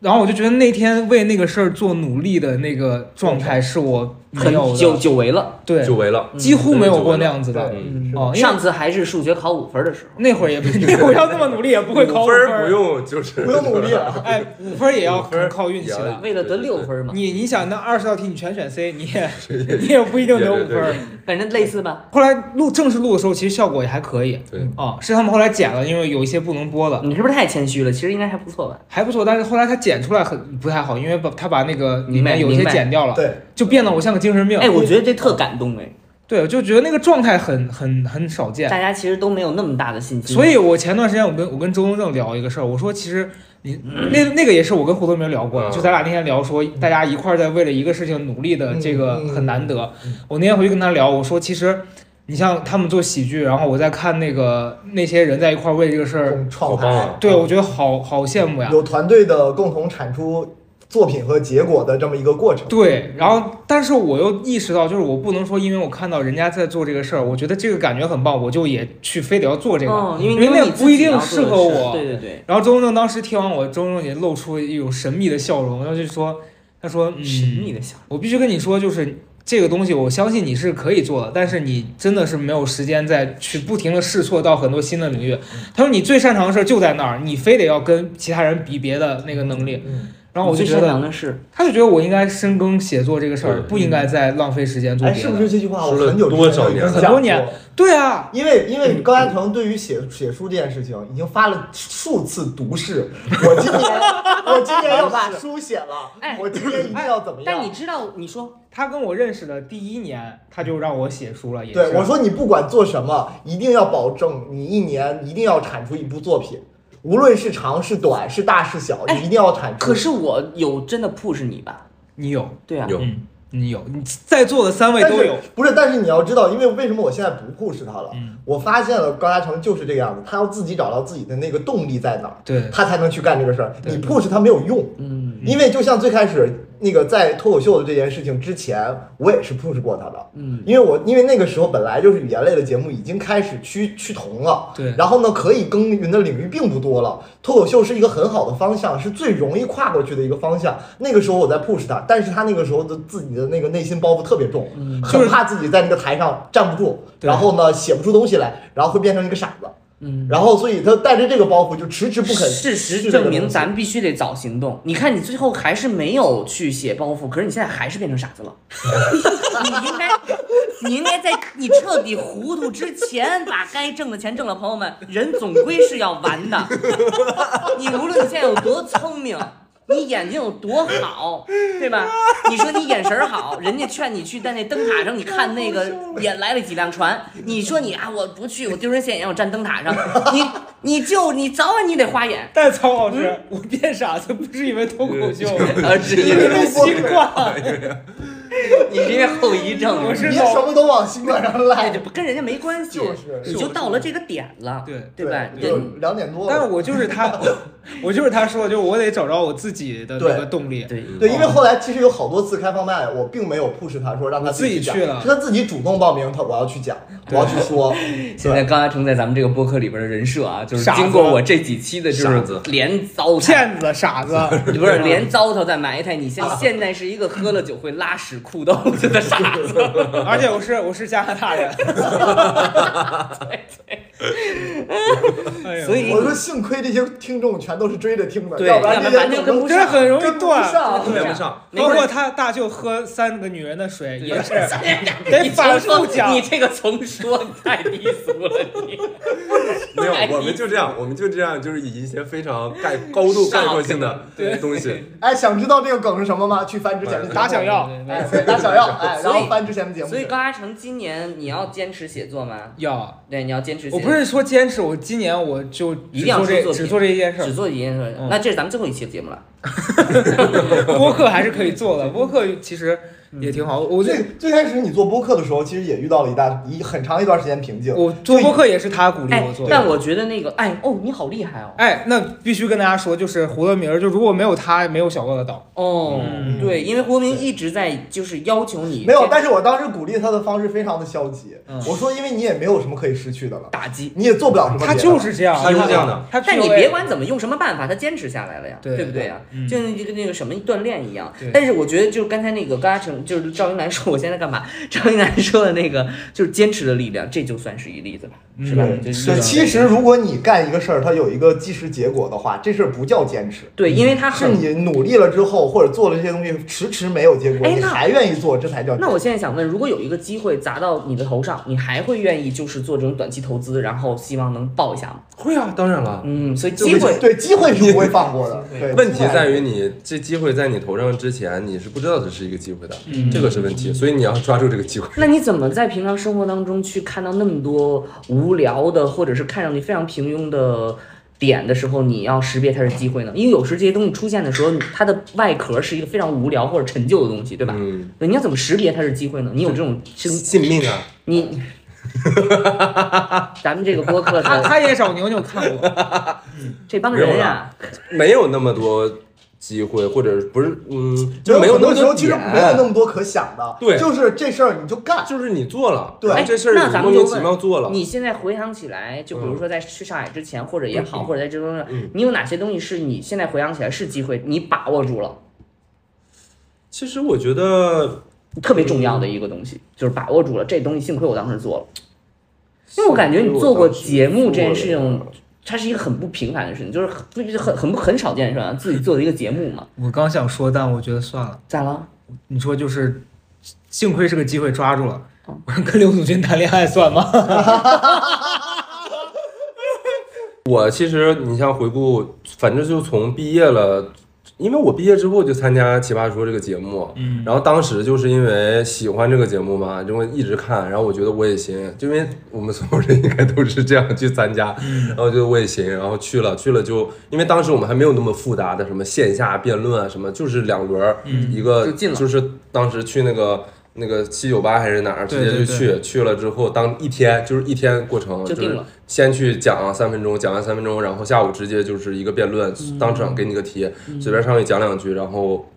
然后我就觉得那天为那个事儿做努力的那个状态是我没
很
有
久
的，
久违了。
对，
久违了，
几乎没有过那样子
对
的，
嗯
是
哦，因为嗯
上次还是数学考五分的时候。
那会儿也不 那会儿要那么努力也不会考
五
五
分
分
儿不
儿，
用就是
不用努力了，
哎，五分儿也要
五分儿
靠运气
也
的
要。
为了得六分嘛，
你你想那二十道题你全选 C，你也 你也不一定得五分儿。
反正类似吧。
后来录正式录的时候，其实效果也还可以。
对
哦，是他们后来剪了，因为有一些不能播的，
你是不是太谦虚了？其实应该还不错吧。
还不错。但是后来他剪出来很不太好，因为把他把那个里
明白
面有一些
明白
剪掉了，
对，
就变得我像个精神病。
哎，我觉得这特感动哎，
对，我就觉得那个状态很很很少见。
大家其实都没有那么大的信心。
所以我前段时间我跟我跟周东正聊一个事儿，我说其实你那那个也是我跟胡德明聊过的，
嗯
就咱俩那天聊说大家一块儿在为了一个事情努力的
嗯
这个
嗯
很难得。我那天回去跟他聊，我说其实你像他们做喜剧，然后我在看那个那些人在一块儿为这个事儿，
共
好
创
棒
牌
啊，！
对我觉得好好羡慕呀。
有团队的共同产出作品和结果的这么一个过程。
对，然后但是我又意识到，就是我不能说因为我看到人家在做这个事儿，我觉得这个感觉很棒，我就也去非得要做这个。
嗯，因为
因为那
你
不一定
自己要
适
做
合
的事
我
对对对，
然后周正当时听完我，周正也露出一种神秘的笑容，然后就说：“他说，嗯，
神秘的想法。
我必须跟你说，就是这个东西我相信你是可以做的，但是你真的是没有时间再去不停的试错到很多新的领域。
嗯
他说你最擅长的事儿就在那儿，你非得要跟其他人比别的那个能力。
嗯，
然后我就觉
最擅
得，
长的是，
他就觉得我应该深耕写作这个事儿，
对
不应该再浪费时间做
嗯哎，
别
是不
的。
是这句话我
啊说了
很久之前
多少
就已经
年
了
讲
很多年
过
对啊，
因为因为高亚腾对于写写书这件事情已经发了数次毒誓，我今年我今年要把书写了
哎，
我今年一定要怎么
但你
样？
知道，你说
他跟我认识的第一年，他就让我写书了，也是。
对我说，你不管做什么，一定要保证你一年一定要产出一部作品，无论是长是短是大是小，
哎
你一定要产出。
可是我有真的 push 你吧？
你有，
对啊，
有
嗯，你有，你在座的三位
但
都
是
有。
不是？但是你要知道，因为为什么我现在不 push 他了？
嗯
我发现了高嘉诚就是这个样子，他要自己找到自己的那个动力在哪儿，
对
他才能去干这个事儿。
对
你 push 他没有用，
嗯
因为就像最开始那个在脱口秀的这件事情之前，我也是 push 过他的。
嗯，
因为我因为那个时候本来就是语言类的节目已经开始趋趋同了，
对
然后呢可以耕耘的领域并不多了，脱口秀是一个很好的方向，是最容易跨过去的一个方向。那个时候我在 push 他，但是他那个时候的自己的那个内心包袱特别重，
嗯就
很
是
怕自己在那个台上站不住，
对
然后呢写不出东西来，然后会变成一个傻子，
嗯，
然后所以他带着这个包袱就迟迟不肯
事实
去这个
证明，
东西
咱们必须得早行动。你看，你最后还是没有去写包袱，可是你现在还是变成傻子了。你应该，你应该在你彻底糊涂之前，把该挣的钱挣了。朋友们，人总归是要完的。你无论你现在有多聪明，你眼睛有多好，对吧？你说你眼神儿好，人家劝你去在那灯塔上，你看那个也来了几辆船。你说你啊，我不去，我丢人现眼，我站灯塔上，你你就你早晚你得花眼。
但曹老师，我变傻子不是因为脱口秀，
呃，是
因
因
为
为
我新冠。
你是因为后遗症，
我是
别什么都往新冠上
哎，
赖
这，不跟人家没关系，
就是
你就到了这个点了，
对
对嗯吧？
就
人
两点多了，
但是我就是 他，我就是他说的，就是我得找着我自己的那个动力。
对
对，因为后来其实有好多次开放麦，我并没有 push 他说让他讲
自己去了
是他自己主动报名，他我要去讲，我要去说。
现在高亚成在咱们这个播客里边的人设啊，就是
傻子
经过我这几期的，就
傻
是
子
连糟蹋，
骗子、傻 子，
不是连糟蹋再埋汰你，现现在是一个喝了酒会拉屎裤兜子的傻子。
而且我是我是加拿大 人，哎呦
所以
我说幸亏这些听众全都是追着听的，
对
不然
要
这
不然
些
就跟不
真的很容
跟
易
不
断。
上
对。
跟不上，
没
包
关
括
系
他大舅喝三个女人的水也是，
你
得
重
反
说
复讲
你。这个重说你太低俗了，你
没有，我们就这样，我们就这样，就是以一些非常概高度概括性的 东西，
哎，想知道这个梗是什么吗？去翻之前的节目
打想要，
哎，对打想要，哎，
所
然
以
后翻之前的节目。
所以高亚成今年你要坚持写作吗？
要。
对，你要坚持
嗯
写。
我不是说坚持，我今年我就
一
只
定要
做
去
这
做
只做这一件事
只
儿。
做一件事儿，
嗯
那这是咱们最后一期的节目了。
播客还是可以做 的，播客其实也挺好。我就
最最开始你做播客的时候，其实也遇到了一大一很长一段时间瓶颈。
我做播客也是他鼓励
哎
我做，的。
但我觉得那个，哎哦，你好厉害哦。
哎，那必须跟大家说，就是胡德明儿，就如果没有他，没有小鳄的岛。
哦，
嗯
对，因为胡明一直在就是要求你
没有，但是我当时鼓励他的方式非常的消极
嗯，
我说因为你也没有什么可以失去的了，
打击。
你也做不了什么别的。
他就是这样，
他就是这样的
他 PUA。
但你别管怎么用什么办法，他坚持下来了呀，
对
不对呀
嗯？
就那个那个什么锻炼一样
对。
但是我觉得，就是刚才那个高嘉诚，就是赵英男说我现在干嘛？赵英男说的那个就是坚持的力量，这就算是一例子吧，是吧？
嗯
就是是
的
对，其实如果你干一个事儿，它有一个即时结果的话，这事儿不叫坚持，
对，因为他
是
很
嗯
你努力了之后，或者做了这些东西，迟迟没有结果，
哎
你
那
还愿意做，这才叫坚持。
那我现在想问，如果有一个机会砸到你的头上，你还会愿意就是做这种短期投资，然后希望能报一下吗？
会啊，当然了。
嗯，所以
就
机会
对机会是不会放过的。对，
问题在于
你。
你这机会在你头上之前，你是不知道这是一个机会的，
嗯
这个是问题，所以你要抓住这个机会。
那你怎么在平常生活当中去看到那么多无聊的，或者是看上去非常平庸的点的时候，你要识别它是机会呢？因为有时这些东西出现的时候，它的外壳是一个非常无聊或者陈旧的东西，对吧？
嗯，
对，你要怎么识别它是机会呢？你有这种生
信命啊！
你，咱们这个播客
他
的
他也找牛牛看过，
这帮人啊呀、
没有那么多机会，或者不是，嗯，就是没
没
有
很
那
多
么
时候
多
其实没有那
点，
么多可想的，
对
就是这事儿你就干，
就是你做了，哎
对
然后这事儿
哎那
你
咱
莫
们就
名
问
其妙做了，嗯
你现在回想起来，就比如说在去上海之前，或者也好，或者在这中，你有哪些东西是你现在回想起来是机会，你把握住了？
其实我觉得
特别重要的一个东西，就是把握住了这东西。幸亏我当时做了，因为我感觉你做过节目这件事情，它是一个很不平凡的事情，就是很很很很少见是吧？自己做的一个节目嘛，
我刚想说，但我觉得算了。
咋了？
你说就是，幸亏是个机会抓住了。
嗯
我说跟刘祖君谈恋爱算 吗？
我其实你像回顾，反正就从毕业了，因为我毕业之后就参加《奇葩说》这个节目，嗯，然后当时就是因为喜欢这个节目嘛，就会一直看，然后我觉得我也行，就因为我们所有人应该都是这样去参加，
嗯
然后觉得我也行，然后去了去了就，因为当时我们还没有那么复杂的什么线下辩论啊什么，就是两轮儿，
嗯
一个
就进了
就是当时去那个。那个七九八还是哪儿，直
对
接就
对
去去了之后，当一天就是一天过程，
就
就
定
是
了
先去讲三分钟，讲完三分钟，然后下午直接就是一个辩论，
嗯
当场给你个题，随便上去讲两句，然后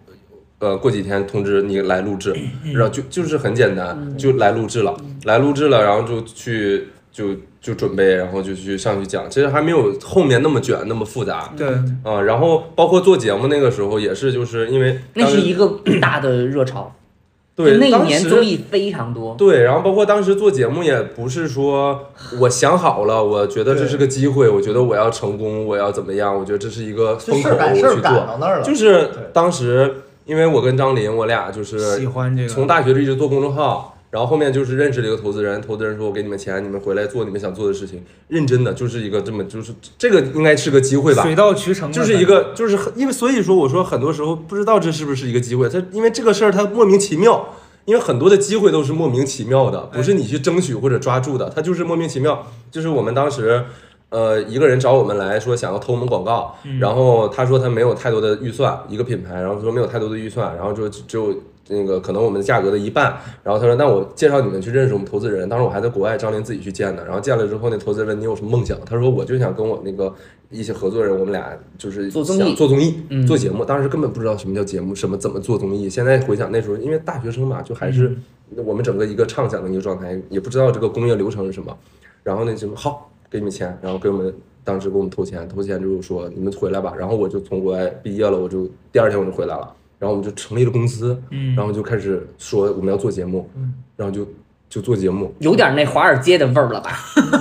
呃过几天通知你来录制，
嗯
然后就就是很简单，就来录制了，来录制了，然后就去就就准备，然后就去上去讲，其实还没有后面那么卷那么复
嗯
杂。
对，
啊、然后包括做节目那个时候也是，就是因为
那
当
是
时
一个大的热潮，
对
就那一
当
年
时
综艺非常多。
对，然后包括当时做节目也不是说我想好了，我觉得这是个机会，我觉得我要成功，我要怎么样，我觉得这是一个
就
风
事
口，
儿
我
赶事儿
去
赶
做。
到那儿了，
就是
对
当时，因为我跟张琳，我俩就是
喜欢这个。
从大学就一直做公众号，然后后面就是认识了一个投资人，投资人说我给你们钱，你们回来做你们想做的事情，认真的就是一个这么就是这个应该是个机会吧，
水到渠成的
就是一个，就是很因为所以说我说很多时候不知道这是不是一个机会，它因为这个事儿它莫名其妙，因为很多的机会都是莫名其妙的，不是你去争取或者抓住的，它就是莫名其妙。就是我们当时，呃，一个人找我们来说想要投我们广告，然后他说他没有太多的预算，一个品牌，然后说没有太多的预算，然后就只有。那个可能我们的价格的一半，然后他说：“那我介绍你们去认识我们投资人。”当时我还在国外，张琳自己去见的。然后见了之后，那投资人问你有什么梦想？他说：“我就想跟我那个一些合作人，我们俩就是
做综艺
想做综艺，做节目。当时根本不知道什么叫节目，什么怎么做综艺。现在回想那时候，因为大学生嘛，就还是我们整个一个畅想的一个状态，也不知道这个工业流程是什么。然后那什么好，给你们钱，然后给我们当时给我们投钱，投钱之后说你们回来吧。然后我就从国外毕业了，我就第二天我就回来
嗯
了。然后我们就成立了公司，
嗯
然后就开始说我们要做节目，
嗯
然后就就做节目，
有点那华尔街的味儿了 吧，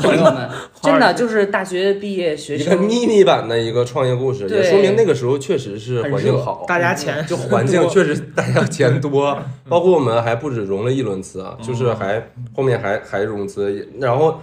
朋友们，真的就是大学毕业学
一个
生，
迷你版的一个创业故事，也
对
说明那个时候确实是
很
环境
热
好，
嗯大家钱
就环境确实大家钱多，包括我们还不止融了一轮资啊，就是还后面还还融资，也然后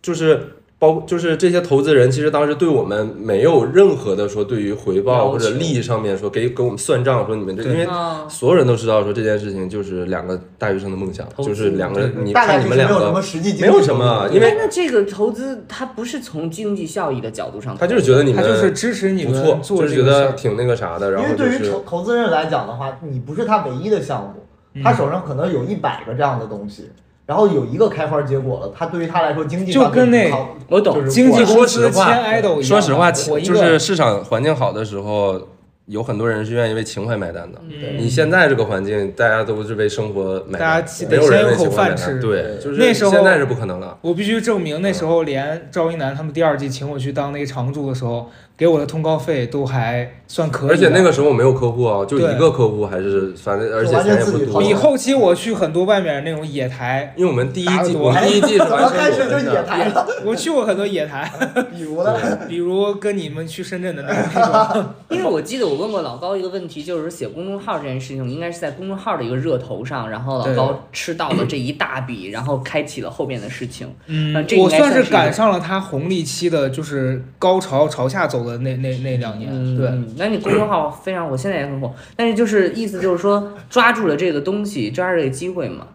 就是包括就是这些投资人其实当时对我们没有任何的说对于回报
要
或者
求
利益上面说给给我们算账说你们这
对
因为
啊
所有人都知道说这件事情就是两个大学生的梦想，
投资
就是两个人你
大概
看你
就是
们
没
两
有什
个
么实际经历，
没有什么，啊因为
哎那这个投资它不是从经济效益的角度上投，
他就是觉得你
他
们
就是支持你
不
们
错，
做
就是
这
觉
个
得
事儿
挺那个啥的，然
因
后
为
就
对于
是
投投资人来讲的话，你不是他唯一的项
嗯
目，他手上可能有一百个这样的东西，然后有一个开花结果了，他对于他来说经济
就
上
跟那
不 靠
我懂
就是
经
过
纪
来
公司签 idol 一样。
说实话，
我一
就
个
是市场环境好的时候，有很多人是愿意为情怀买单的。
嗯
对
你现在这个环境，大家都是为生活买
大
单
家起，
没
得
有人
先
为
有口
情怀
饭
买单。
吃
对，就是
那时候
现在是不可能了。
我必须证明，那时候连赵一楠他们第二季请我去当那个常驻的时候，给我的通告费都还算可以的。啊
而且那个时候我没有客户啊，就
对
一个客户，还是反正而且
完全
钱也不
自己
多
掏。
以后期我去很多外面那种野台，
因为我们第一
打得啊
季，
多
我们第一季是
怎 么
完全
开始
裸
就
奔
野
的。
台 了？
我去过很多野台，
比如呢？
比如跟你们去深圳的那个那 种，
因为我记得我问过老高一个问题，就是写公众号这件事情，应该是在公众号的一个热头上，然后老
对
高吃到了这一大笔，然后开启了后面的事情。那
嗯
这，应
我
该
算
算是一
是
个
赶上了他红利期的，就是高潮朝下走的那那那两年，对。
嗯，那你公众号非常，我现在也很火，但是就是意思就是说抓住了这个东西，抓住这个机会嘛。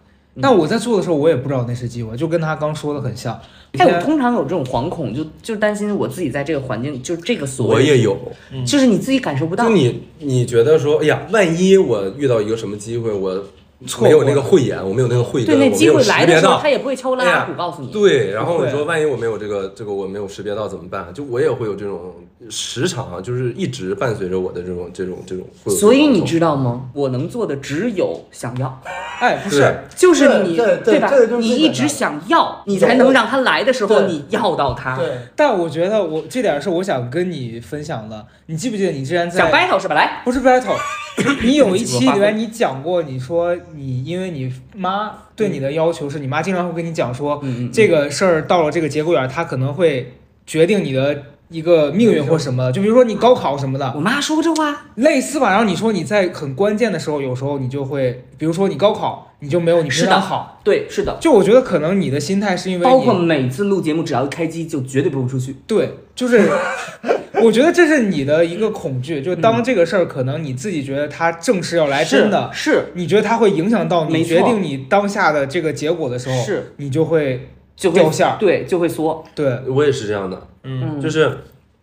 但我在做的时候，我也不知道那是机会，就跟他刚说的很像。
哎，我通常有这种惶恐，就就担心我自己在这个环境，就这个所谓，
我也有，
就是你自己感受不到
就。你你觉得说，哎呀，万一我遇到一个什么机会，我没有那个慧眼，我没有那个慧
对，
根，我没
那机
有
会
识
来
别
的时候，
到
他。也不会敲
哎
拉
呀
鼓告诉你。
对，然后你说
不
万一我没有这个这个我没有识别到怎么办？就我也会有这种时常啊就是一直伴随着我的这种这种这种会有这种
所以你
状
知道吗？我能做的只有想要，
哎，不
对
是，
就是你
对对
吧
这个就？是
你
最
一
简单
直
的
想要，你
你
才
懂
能
得
让他来的时候
对
你要到
啊
他。
对，
但我觉得我这点是我想跟你分享的。你记不记得你之前在
想 battle 是吧？来，
不是 battle，你有一期里边你讲过，你说你因为你妈对你的要求是你妈经常会跟你讲说，
嗯
这个事儿到了这个节骨眼儿，她可能会决定你的一个命运或什么的。就比如说你高考什么的，
我妈说过这话，
类似吧。然后你说你在很关键的时候，有时候你就会，比如说你高考，你就没有你
是
平
的，
常好。，
对，是的。
就我觉得可能你的心态是因为
包
你
括每次录节目，只要一开机就绝对播不出去。
对，就是我觉得这是你的一个恐惧，就当这个事儿可能你自己觉得它正式要来，
嗯是
真的，
是
你觉得它会影响到
没
你
错
决定你当下的这个结果的时候，
是
你就会
就会
掉线儿。
对，就会缩。
对，
我也是这样的，
嗯，
就是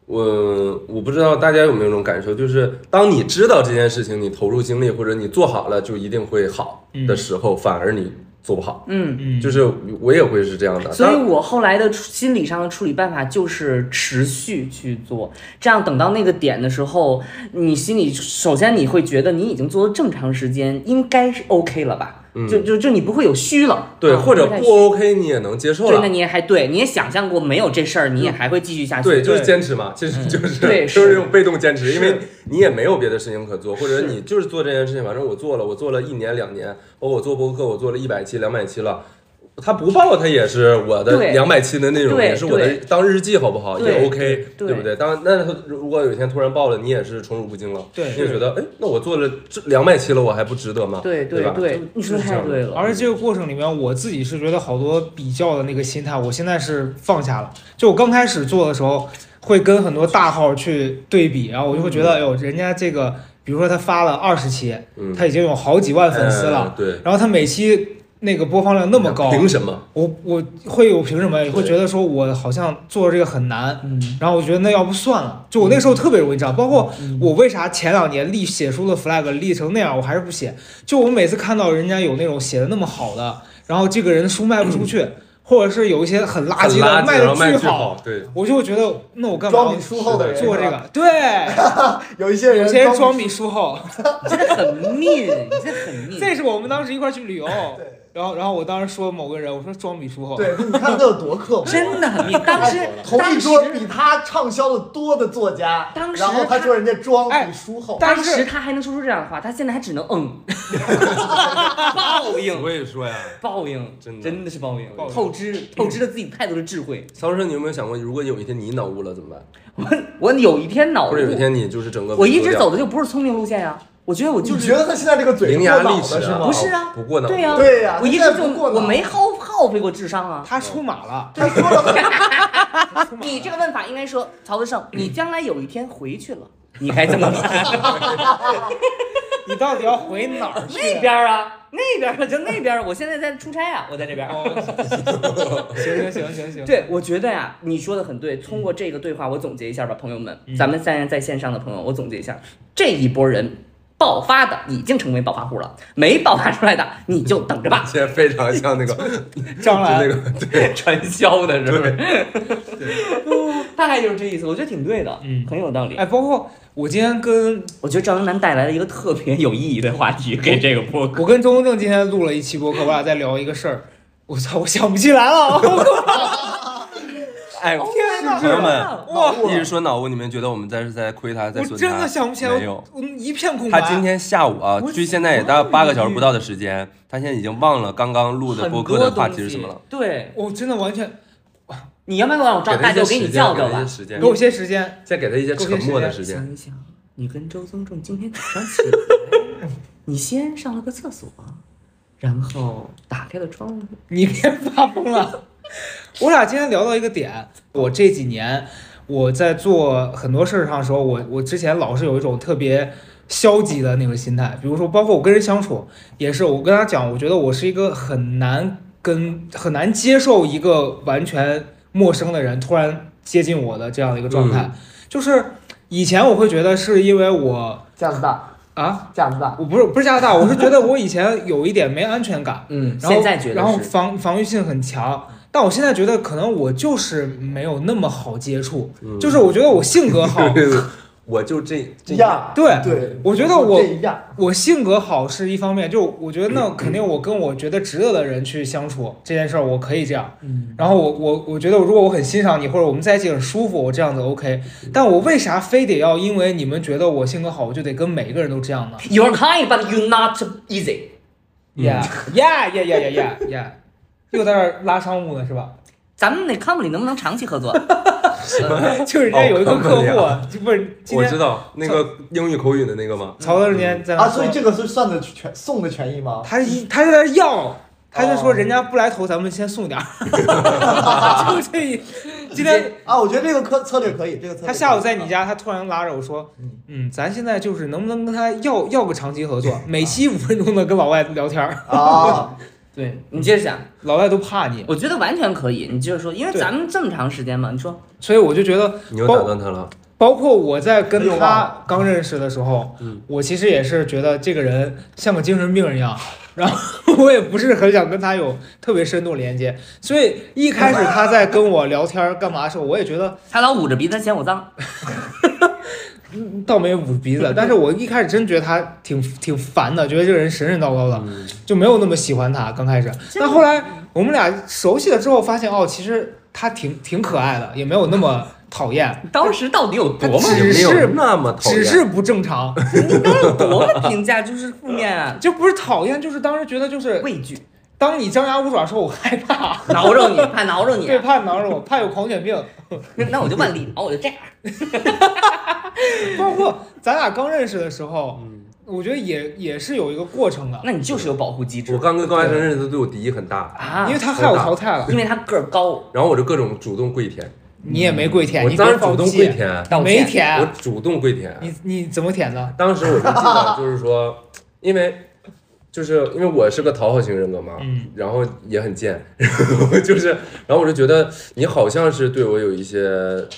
我我不知道大家有没有这种感受，就是当你知道这件事情，你投入精力或者你做好了，就一定会好的时候，反而你做不好。
嗯，
嗯
就是我也会是这样的，
所以
啊当
我后来的处心理上的处理办法就是持续去做，这样等到那个点的时候，你心里首先你会觉得你已经做了这么长时间，应该是 OK 了吧？就就就你不会有虚了，
嗯对
啊
或者
不会再虚
不 OK 你也能接受
对，那
了。
你也还对，你也想象过没有这事儿，你也还会继续下去。
对，就是
对
坚持嘛，其实就是
对
就是是用被动坚持，因为
是
你也没有别的事情可做，或者
是
你就是做这件事情，反正我做了，我做了一年两年，包括我做播客，我做了一百期、两百期了，他不报他也是我的
对
两百期的内容，
对
也是我的
对
当日记，好不好？
对
也 OK，
对
不对？当那他如果有一天突然报了，你也是宠辱不惊了，
对
你也觉得哎，那我做了这两百期了，我还不值得吗？
对
对
对
吧
对
就，
你说的
就是这
太
样的
对了。
而且这个过程里面，我自己是觉得好多比较的那个心态，我现在是放下了。就我刚开始做的时候，会跟很多大号去对比，然后我就会觉
嗯
得，哎呦，人家这个，比如说他发了二十期，
嗯，
他已经有好几万粉丝了
哎，
嗯
对，
然后他每期那个播放量那么高，
凭什么？
我我会有凭什么？也会觉得说我好像做这个很难，
嗯，
然后我觉得那要不算了。就我那时
嗯
候特别容易这样，包括
嗯
我为啥前两年立写书的 flag 立成那样，我还是不写。就我每次看到人家有那种写的那么好的，然后这个人书卖不出去，或者是有一些很垃圾
嗯很垃
的
圾
卖
然后卖
的
巨
巨好，，
对，
我就会觉得那我干嘛
装
要
比书厚的人
做这
是吧，
个？对，
有一些
有
人
些人
装
装比书厚，
你真的很 mean，你真的很 mean。
这是我们当时一块儿去旅游。
对
然后，然后我当时说某个人，我说装比书厚，
对，你看他有多 刻薄，
真的很密。当时
同
当
一
时
桌比他畅销的多的作家，
当时
然后他
他
说人家装
哎
比书厚，
但
当
是
时他还能说出这样的话，他现在还只能 嗯，报应，
以说呀。
报应，
真的
真的是报应
报，应
透支，透支了自己太多的智慧。
曹生，你有没有想过，如果有一天你脑雾了怎么办？
我我有一天脑
或者有一
雾，
天你就是整个
我一
萎缩
直
掉
走的就不是聪明路线呀，我觉得我就
你
是
觉得他现在这个嘴
伶
是
牙
过
俐
脑
齿
的是
啊，
吗？哦
不是啊
不过脑，
对呀，
对呀
我一
他现
直
在
就
不过脑
我没耗耗费过智商 啊。
他出马了，
他说了
你这个问法应该说，曹德胜，你将来有一天回去了，你该这么办？
你到底要回哪儿去？
那边儿啊，那边儿就那边儿，我现在在出差啊，我在这 边儿。
哦行行行行行，
对，我觉得呀、你说的很对。通过这个对话，我总结一下吧，朋友们，咱们现在在线上的朋友，我总结一下，这一波人爆发的已经成为暴发户了，没爆发出来的你就等 着吧。
现在非常像 那个
张
就那
兰，
个对
传销的是不是？大概就是这意思，我觉得挺对的，
嗯
很有道理。
哎，包括我今天跟
我觉得赵英男带来了一个特别有意义的话题给这个播客。
我跟周公正今天录了一期播客，我俩在聊一个事儿，我操，我想不起来 了，
哎，
天哪
朋友们，
啊哇，
一直说脑雾，你们觉得我们在是在亏他，在
我
损
真
他
的想不起来，
没有
我。我一片空白。
他今天下午啊，
我
距现在也大概八个小时不到的时间，他现在已经忘了刚刚录的
很
播
多
客的话
东
题是
西
什么了。
对，
我真的完全
你要不要让我
给
照
他
大
一
舅
些
给
时
你
间，
叫
给
叫
他一
吧
些？时间
给，我些时间，
再给他一些
给我些
沉默的
时
时间。
想一想，你跟周宗正今天早上起来，你先上了个厕所，然后打开了窗户。
你别发疯了。我俩今天聊到一个点，我这几年我在做很多事儿上的时候，我我之前老是有一种特别消极的那个心态，比如说，包括我跟人相处也是，我跟他讲，我觉得我是一个很难跟很难接受一个完全陌生的人突然接近我的这样的一个状态，就是以前我会觉得是因为我
架子大，
啊，
架子大，
我不是不是加拿大，我是觉得我以前有一点没安全感。
嗯
然后
现在觉
然后
得是嗯
防防御性很强。但我现在觉
嗯
得，可能我就是没有那么好接触，就是我觉得我性格好，
嗯 我就这这
呀，
对
对，
我觉得我
这样
我性格好是一方面，就我觉得那肯定我跟我觉得值得的人去相处这件事儿，我可以这样。
嗯，
然后我我我觉得，如果我很欣赏你，或者我们在一起很舒服，我这样子 OK。但
嗯
我为啥非得要因为你们觉得我性格好，我就得跟每一个人都这样呢
You're kind, but you're not easy。嗯
？Yeah yeah yeah yeah yeah yeah yeah，又在这儿拉商务呢是吧？
咱们那 company 能不能长期合作？
就是人家有一
哦
个客户啊，就不是今
我
天
知道那个英语口语的那个吗？
曹德今天在那
啊，
说
所以这个是算的权送的权益吗？
他一他在那儿
哦
要，他就说人家不来投，咱们先送点 儿，就这一。今天
啊，我觉得这个策策略可以，这个策略可以。
他下午在你家，他突然拉着我说
嗯：“
嗯，咱现在就是能不能跟他要要个长期合作，每期五分钟的跟老外聊天儿。
啊，”
对，
你接着讲，
老外都怕你，
我觉得完全可以。你接着说，因为
对
咱们这么长时间嘛，你说
所以我就觉得，
你又
包
打断他了，
包括我在跟
哎呦
他刚认识的时候
啊嗯，
我其实也是觉得这个人像个精神病一样， 然后我也不是很想跟他有特别深度连接，所以一开始他在跟我聊天儿干嘛的时候，我也觉得
他老捂着鼻子嫌我脏，
倒没有捂鼻 子，但是我一开始真觉得他挺挺烦的，觉得这个人神神叨叨的，
嗯
就没有那么喜欢他。刚开始，但后来我们俩熟悉了之后，发现哦，其实他挺挺可爱的，也没有那么讨厌，
当时到底有多么
只
也没
是
有那么讨
只
厌，
是不正常，
有多么评价就是负面 啊，
就不是讨厌，就是当时觉得就是，
畏惧，
当你张牙舞爪的时候，我害怕，
挠着你，怕挠着你啊
对，。怕挠着我，怕有狂犬病。
那我就万里挠，我就这样。
包括咱俩刚认识的时候，
嗯
我觉得也也是有一个过程的，
那你就是有保护机制
我刚跟高材生认识，他对我敌意很大，
啊嗯
因，为他害我淘汰了，
因为他个儿高，
然后我就各种主动跪舔，
你也没跪舔，
我
你别
当时
放啊
主动
弃
跪舔，
道
没
歉。
舔，
我主动跪舔，
你你怎么舔的？
当时我就记得，就是说，因为就是因为我是个讨好型人格嘛，
嗯
然后也很贱， 然后就是，然后我就觉得你好像是对我有一些，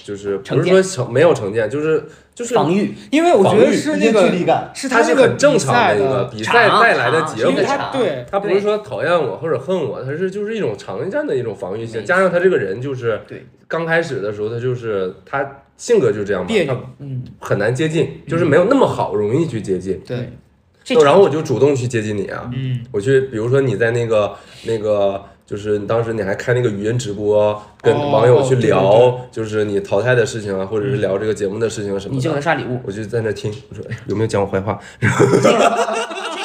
就是
成
不是
见
说成没有成见，就是就是
防御，
因为我觉
防
得
御
是
一
那
些
个
距离感，
是
它
那
是
个
很正
比
常
赛
的一个
的，
比赛
场
带来的结
场
因为
果
的。
他对
他不是说讨厌我或者恨我，他是就是一种常见的一种防御
没
性，
错
加上他这个人就是
对
刚开始的时候，他就是他性格就这样嘛
别，扭
他
嗯，
很难接近，就是没有那么好容易去接近。
对，
这场
然后我就主动去接近你啊，
嗯，
我去，比如说你在那个那个，就是你当时你还开那个语音直播，跟
哦
网友去聊，
对对
就是你淘汰的事情啊，或者是聊这个节目的事情啊什么
你就给他
的。
刷礼物，
我就在那听，我说哎有没有讲我坏话？
这个这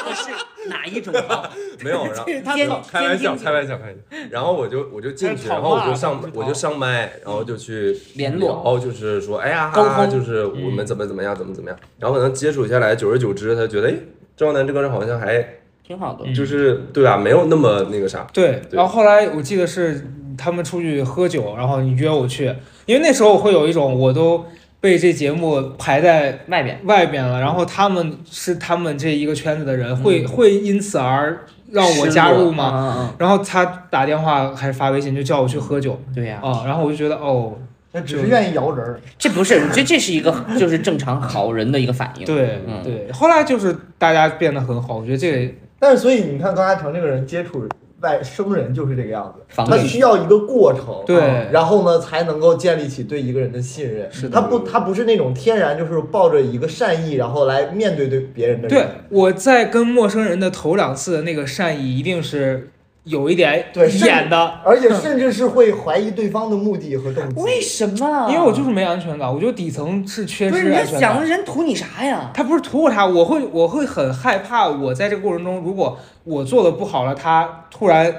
个是哪一种 好？
没有，然后
这他
天
开玩笑，
天津
开玩笑，开玩笑。然后我就我就进去，
还
然
是讨
后
骂
我就
还
上
是讨
我就上麦，然后就去
联络
聊就是说哎呀
沟通，嗯
就是我们怎么怎么样，怎么怎么样。然后可能接触下来，久而久之，他觉得哎，赵楠这个人好像还
挺好的。
嗯
就是对吧，没有那么那个啥。
对。
对
然后后来我记得是他们出去喝酒，然后你约我去，因为那时候我会有一种我都被这节目排在
外边
外边了，然后他们是他们这一个圈子的
嗯
人，会会因此而让我加入
吗？
吗？
嗯嗯
然后他打电话还是发微信就叫我去喝酒
嗯对呀，
啊，然后我就觉得哦，
那只是愿意摇人儿。
这不是，我觉得这是一个就是正常好人的一个反应。
对
嗯
对。后来就是大家变得很好，我觉得这
但是所以你看高嘉诚这个人接触外生人就是这个样子，
防
他
御
需要一个过程。啊
对
然后呢，才能够建立起对一个人的信任。
是的
他不，他不是那种天然就是抱着一个善意，然后来面对对别人的
对
人。，
我在跟陌生人的头两次的那个善意，一定是有一点
对
演的，
而且甚至是会怀疑对方的目的和动机。
为什么？
因为我就是没安全感，我觉得底层是缺
嗯不是
失
你要
安全
想
感。
人图你啥呀？
他不是图我啥，我会我会很害怕，我在这个过程中，如果我做的不好了，他突然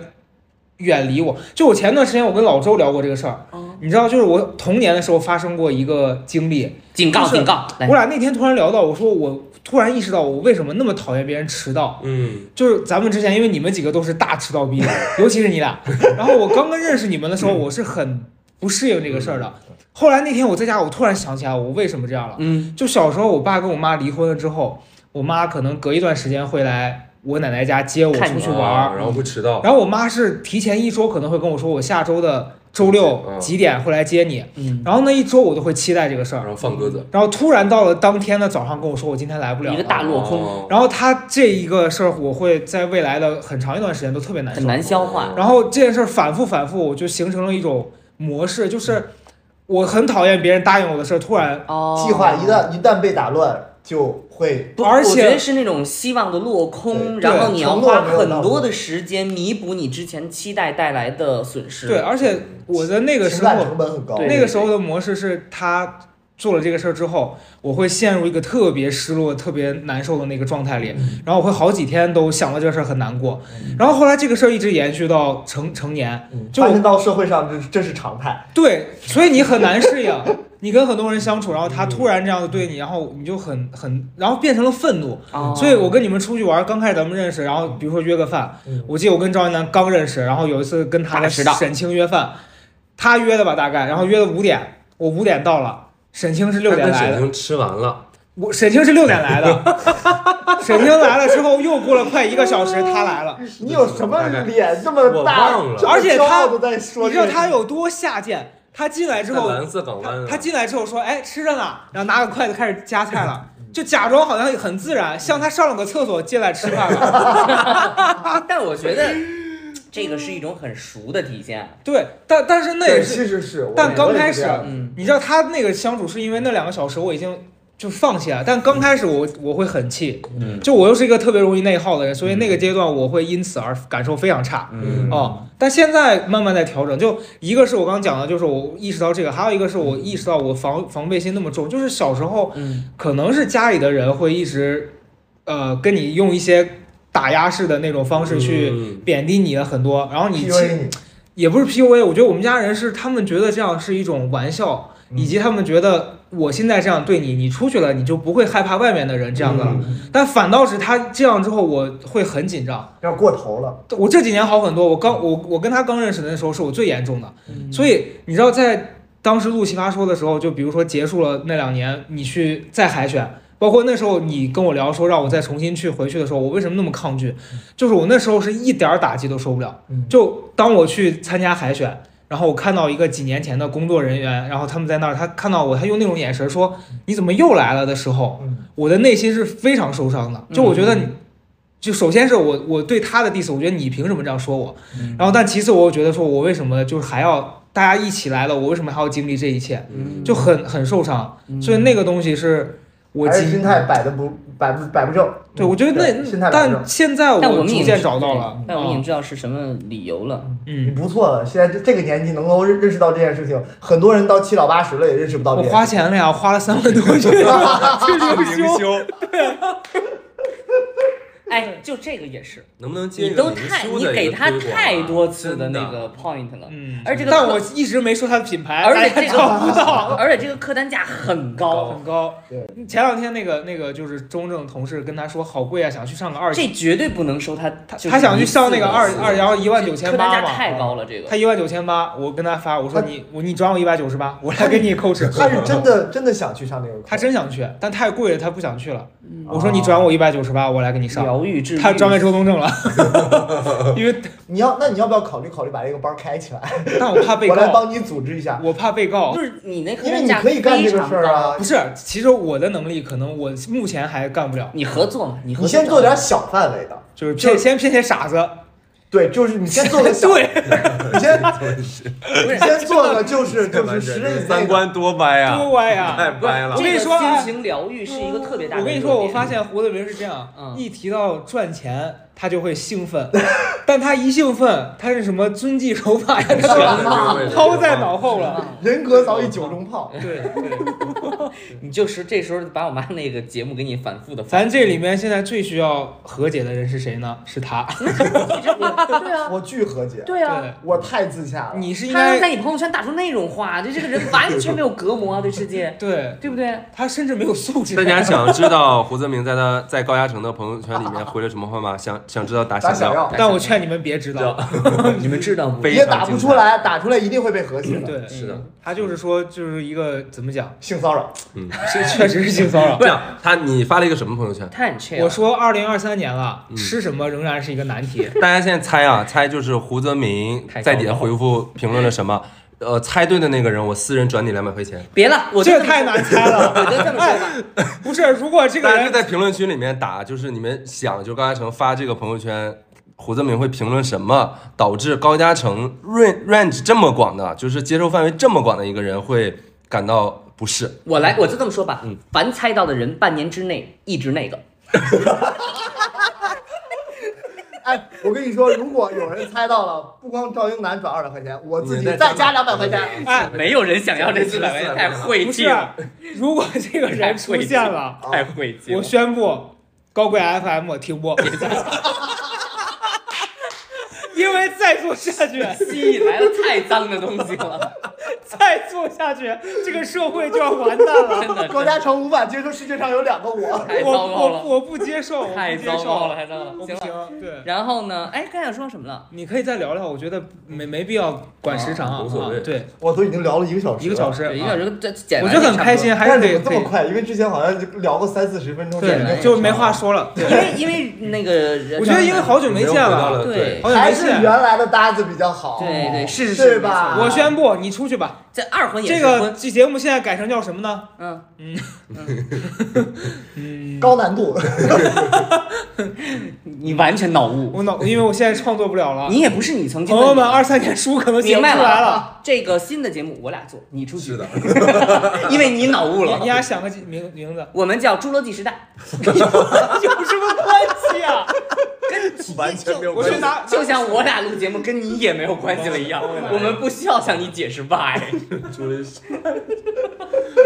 远离我。就我前段时间我跟老周聊过这个事儿，
啊
你知道，就是我童年的时候发生过一个经历，
警告
就是
警告！来
我，俩那天突然聊到，我说我突然意识到我为什么那么讨厌别人迟到。
嗯，
就是咱们之前，因为你们几个都是大迟到逼， 尤其是你俩。然后我刚刚认识你们的时候，我是很不适应这个事儿的。后来那天我在家，我突然想起来我为什么这样了。
嗯，
就小时候，我爸跟我妈离婚了之后，我妈可能隔一段时间会来我奶奶家接我
看
出
你
去玩儿，
啊然后会迟到。
然后我妈是提前一周可能会跟我说，我下周的周六
嗯
几点会来接你。
嗯，
然后那一周我都会期待这个事
然
儿。
后放鸽子，
然后突然到了当天的早上跟我说，我今天来不了
一
了。
个大落空，
哦，
然后他这一个事儿，我会在未来的很长一段时间都特别难受。
很难消化。
然后这件事儿反复反复，我就形成了一种模式，就是我很讨厌别人答应我的事儿突然
哦，
计划一旦一旦被打乱，就会
不，
而且
我觉得是那种希望的落空，
对
然后你要花很
承诺没有
多
到
的
位
时间弥补你之前期待带来的损失。
对，，而且我的那个
情
时
感
候
成本很高。
对
哦那个时候的模式是他做了这个事儿之后，我会陷入一个特别失落、特别难受的那个状态里，
嗯
然后我会好几天都想到这个事儿很难过。然后后来这个事儿一直延续到成成年，
嗯
就
发现到社会上这这是常态，
对，所以你很难适 应。你跟很多人相处，然后
嗯
他突然这样子对你，然后你就很很，然后变成了愤怒。
哦、
嗯所以我跟你们出去玩，刚开始咱们认识，然后比如说约个饭
嗯，
我记得我跟赵一楠刚认识，然后有一次跟他
打
和
迟到
沈清约饭，他约的吧大概，然后约的五点，我五点到了，沈清是六点
跟
来
沈
的，
清吃完了，
我沈清是六点来 的，沈清来了之后又过了快一个小时，他来了，
你有什么脸这么
我
大？
忘了
这么
而且
骄
他
傲地在说
你
这
知道
个事情，
他有多下贱？他进来之后
在，蓝色港湾
他
啊，
他进来之后说：“哎，吃着呢。”然后拿个筷子开始夹菜了，
嗯
就假装好像很自然，像他上了个厕所进来吃饭了。
啊但我觉得这个是一种很熟的体现。
对，但但是那
对
也是
其实是，我
但
也
刚
我也
开
是
始
这样
嗯，
你知道他那个相处是因为那两个小时我已经就放弃了，但刚开始我我会很气，
嗯
就我又是一个特别容易内耗的人，所以那个阶段我会因此而感受非常差。
嗯
哦，但现在慢慢在调整，就一个是我刚刚讲的，就是我意识到这个，还有一个是我意识到我防防备心那么重，就是小时候
嗯，
可能是家里的人会一直，呃，跟你用一些打压式的那种方式去
嗯
贬低你的很多，然后你
PUA 你
也不是 PUA，我觉得我们家人是他们觉得这样是一种玩笑，
嗯
以及他们觉得我现在这样对你，你出去了你就不会害怕外面的人这样的了。
嗯
但反倒是他这样之后，我会很紧张。
有点过头了。
我这几年好很多，我刚我我跟他刚认识的时候是我最严重的，
嗯
所以你知道在当时录奇葩说的时候，就比如说结束了那两年，你去再海选。包括那时候你跟我聊说让我再重新去回去的时候，我为什么那么抗拒？就是我那时候是一点儿打击都受不了，
嗯
就当我去参加海选，然后我看到一个几年前的工作人员，然后他们在那儿，他看到我，他用那种眼神说你怎么又来了的时候，
嗯
我的内心是非常受伤的。就我觉得你，就首先是我我对他的 diss，我觉得你凭什么这样说我？
嗯
然后但其次我又觉得说我为什么就是还要大家一起来了，我为什么还要经历这一切？
嗯
就很很受伤。所以那个东西是我
嗯还是
今
心态摆的不摆不摆不正。
对我觉得
对
那
心态摆不
但
正。
现在
但我
我
们
逐
也
渐
知
找到
对
了，
但我们已经
嗯
知道是什么理由了。
你
嗯，
不错了，现在这这个年纪能够认认识到这件事情，很多人到七老八十了也认识不到
我
这件
花
事。
钱了呀，花了三万多去去
去
灵修。
灵修，
哎，就这个也是，
能不能接
你
一
都
个
太
灵
你
修的一
给
个
他
推广啊
太多次的
真
那个 point 了，
嗯，
而这个
但
客
我一直没说它的品牌，
而
大
且
家
这
哎找不
个
到
而且这个客单价很高，
很高。
对
前两天那个那个就是中正同事跟他说好贵啊，想去上个二，
这绝对不能收他
他
就是
他想去上那个
一次
二
的
二幺一万九千
客单
八嗯
价
嘛，
太高了，这个
他一万九千八，我跟他发我说
他
你我你转我一百九十八，我来给你 扣折。
他是真 的真的想去上那个课，
他真想去，但太贵了，他不想去了。
嗯
啊
我说你转我一百九十八，我来给你上。
疗愈治愈，
他转给周东正了， 因为
啊你要那你要不要考虑考虑把这个班开起来？
但我怕被
我来
告，
帮你组织一下，
我怕被告
就。是你那客
因为
单
你
价
可以干这个事儿
非常高，
啊
不。是，其实我的能力可能我目前还干不了，
你合作嘛，你合
你
作
先做点小范围的，
就是骗先骗些傻子，
啊
对，就是你先做个 小，
对，
你 先
不
你
是
先做个 就是
这完
就是
全
十
是
人以内的
三观多歪啊，
多歪 呀！
太歪了
我。跟你
这个
说啊
心情疗愈是一个特别大的。
我跟你说，我发，现胡德明是这样，
嗯
一提到赚钱，他就会兴奋， 但他一兴奋，他是什么遵纪守法呀，这
全
个
是这位的
抛在脑后了。
人格早已九中炮。
嗯
对对，
嗯你就是这时候把我妈那个节目给你反复的。
咱这里面现在最需要和解的人是谁呢？是他。
对啊，
我巨和解，
对啊，
对，
我太自洽了。
你是应
他能
该
在你朋友圈打出那种话，这这个人完全没有隔膜啊，对世界，
对
对不对？
他甚至没有素质。
大家想知道胡泽明在他在高嘉诚的朋友圈里面回了什么话吗？想想知道打
打
想
想
要，
要，
但我劝你们别知道。
你们知道不嗯
非
也
常
打不
精
出
彩
来，打出来一定会被和解的。
嗯对，
是的，
他就是说，就是一个怎么 讲，
性骚扰，
嗯，
这确实是性骚扰。
这样他你发了一个什么朋友圈？
他很 chill，
我说二零二三年了，
嗯
吃什么仍然是一个难题。
大家现在猜啊，猜就是胡泽明在底下回复评论了什么？呃，猜对的那个人，我私人转你两百块钱。
别了，我就
这
么
太难猜了。
我就这么说吧，
不是，如果这个
大家就
人
在评论区里面打，就是你们想，就高嘉诚发这个朋友圈胡泽明会评论什么导致高嘉诚 range range 这么广的，就是接受范围这么广的一个人会感到不适？
我来，我就这么说吧
嗯，
凡猜到的人，半年之内一直那个。
哎，我跟你说，如果有人猜到了，不光赵英男转二百块钱，我自己
你
再加两百块钱。
哎，
没有人想要这四百块钱，太晦
不
气
是啊
了，，
如果这个人出现 了，
太晦气了
我。宣布高贵 FM 停 播，因为再做下去，
吸引来了太脏的东西了，
再做下去，这个社会就要完蛋了。
真的。
高嘉诚无法接受世界上有两个我。
太
我
糟糕
我
了，
我不接受，我
太
不接
糟糕了，
受，
太糟糕
我
了。
不
行了，
行。对，
然后呢？哎，刚才想说什么了？
你可以再聊聊，我觉得没没必要管时长啊，
啊无所谓
啊对，
我都已经聊了一个小时，
一个小。时，
一个小
啊
时这简
我
单
觉得很开心，还
但
是
是
可
怎
以
么这么
可以，
快？因为之前好像就聊个三四十分钟，感觉
对，
很
就
长
啊
没话。说了。
因 为因为那个人，
我觉得因为好久没见
回到
了，
了
对
好久
还
哎没
是
见
原。来啊的搭子比较好。
对对是是
对吧？
没错
我宣布，你出去吧。
这二婚也
这
是
个
婚，
这节目现在改成叫什么呢？
嗯，
嗯，
高难度，
你完全脑雾，
我脑，因为我现在创作不了了。
你也不是你曾经
朋
的你。
友们，二三年书可能写
明
不出
白
来了。
了，啊这个新的节目我俩做，你出去
是的，
因为你脑雾
你
了？
你。俩想个几名名字
我们叫《侏罗纪时代
有什么关系啊？》，
完全没有
我
关系
去拿，
就像我俩录节目跟你也没有关系了 一样，我们不需要向你解释 why。
朱律师，